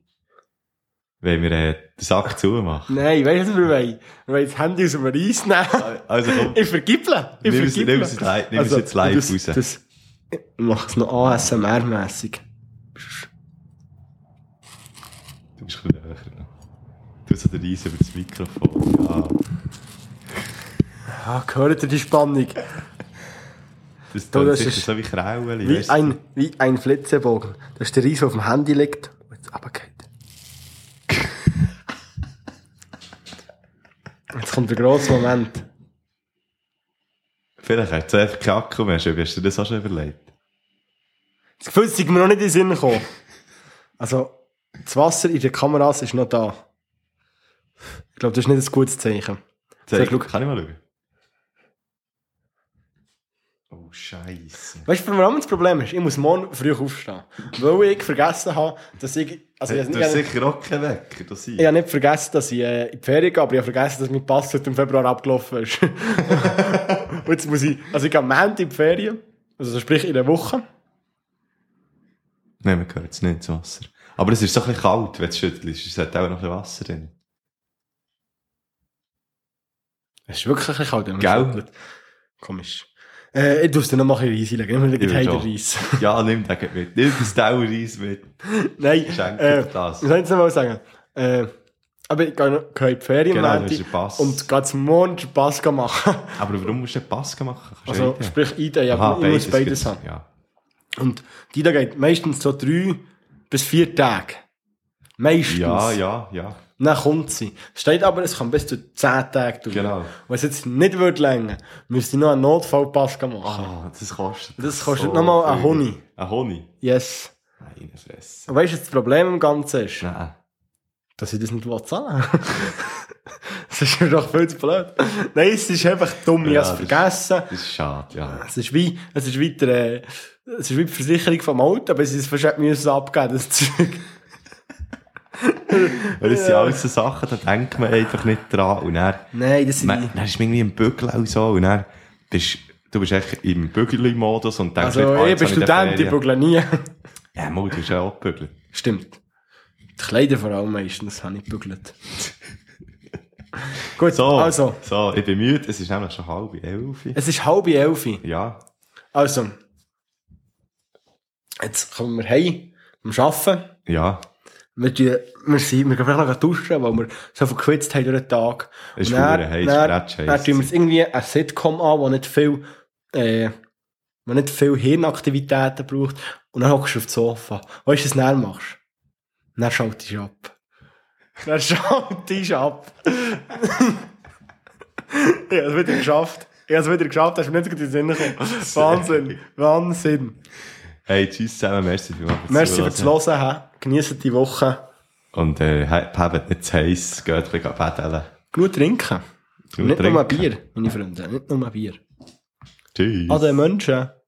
Wenn wir äh, den Sack zumachen. Nein, weißt du, was wir wollen? Wir wollen das Handy aus dem Reis nehmen. Also komm, Ich vergibble. Ich Nimm es- vergibble. nimm es jetzt live- nimm es jetzt live Also, das, raus. Das, ich mach es noch ASMR-mässig. du bist ein bisschen näher. Du hast so den Reis über das Mikrofon. Ja. Ah, gehört ihr die Spannung? Das, Du, tönt das sicher ist so wie Krauli. Wie ein, wie ein Flitzebogen. Das ist der Reis, der auf dem Handy liegt und jetzt runtergeht. Jetzt kommt der grosse Moment. Vielleicht hat es einfach keinen Akku mehr. Schön, Hast du dir das auch schon überlegt? Das Gefühl ist mir noch nicht in den Sinn gekommen. Also, das Wasser in den Kameras ist noch da. Ich glaube, das ist nicht ein gutes Zeichen. Zeig, schau. kann ich mal schauen? Oh, Scheiße. Weißt du, warum das Problem ist? Ich muss morgen früh aufstehen. Weil ich vergessen habe, dass ich. Also, ich, Hey, habe du nicht- hast Äh, sicher auch keinen Wecker. Das ich habe nicht vergessen, dass ich äh, in die Ferien gehe, aber ich habe vergessen, dass mein Pass heute im Februar abgelaufen ist. Und jetzt muss ich. Also, ich gehe am Montag in die Ferien. Also, sprich in der Woche. Nein, wir gehören jetzt nicht ins Wasser. Aber es ist so ein bisschen kalt, wenn du es schüttelst. Es hat auch noch ein bisschen Wasser drin. Es ist wirklich ein bisschen kalt, wenn man Gell? schüttelt. Komisch. Äh, ich tue es dann noch mal ein bisschen reinlegen. Ich Ich will will den schon. Reis. Ja, nimm den mit. Nimm das Dauerreis mit. Nein, Schenk äh, dir das. was soll ich jetzt nochmal sagen? Äh, aber ich gehe noch- gehe in die Ferien Genau, am du hast Montag den Pass. und gehe zum Mond den Pass machen. Aber warum musst du den Pass machen? Kannst du Also eine Idee? sprich Idee, aber Aha, ich muss beides gibt's. haben. Ja. Und die da geht meistens so drei bis vier Tage. Meistens. ja, ja, ja. Dann kommt sie. Steht aber, es kann bis zu zehn Tage dauern. Genau. Wenn es jetzt nicht würde länger, müsste ich noch einen Notfallpass machen. Ah, das kostet. Das kostet nochmal ein viel. Honig. Ein Honig? Yes. Meine Fresse. Weißt du, das Problem im Ganzen ist, Nein. dass ich das nicht zahlen will. Das ist mir doch viel zu blöd. Nein, es ist einfach dumm, ich Ja, habe es das- vergessen. Das ist schade, ja. Es ist wie, es ist wie, der, äh, es ist wie die Versicherung vom Auto, aber sie es wahrscheinlich müssen es abgeben, das Zeug. Weil es sind alles so Sachen, da denkt man einfach nicht dran. Und dann, Nein, das sind man, dann ist man irgendwie im Bügel auch so. Und dann bist du bist echt im Bügel-Modus und denkst, Also, nicht, ah, ich jetzt bin habe den Student, ich Ferien. bügle nie. Ja, mal, du bist ja auch bügeln. Stimmt. Die Kleider vor allem meistens habe ich gebügelt. Gut, So, also, so, ich bin müde, es ist nämlich schon halb elf. es ist halb elf. Ja, Also, jetzt kommen wir heim, am Arbeiten. ja. Wir, tun, wir, sind, wir gehen vielleicht noch duschen, weil wir so viel geschwitzt haben durch den Tag. Es ist Und dann- verdammt heiß, Dann bretsch heiß. dann tun wir uns irgendwie ein Sitcom an, wo nicht viel, äh, wo nicht viel Hirnaktivitäten braucht. Und dann hockst du auf dem Sofa. Weißt du, was du dann machst? Dann schaltest du ab. Dann schaltest du ab. ich habe es wieder geschafft. Ich habe es wieder geschafft, hast du mir nicht gerade in den Sinn gekommen. Wahnsinn. Wahnsinn. Hey, tschüss zusammen, merci für das Merci fürs Hören. hä? Genießt die Woche. Und äh, he- habt nicht zu heiß, geht ein bisschen paddeln. Genug trinken. Genug nicht nur trinken. Bier, meine Freunde, nicht nur Bier. Tschüss. An den Menschen.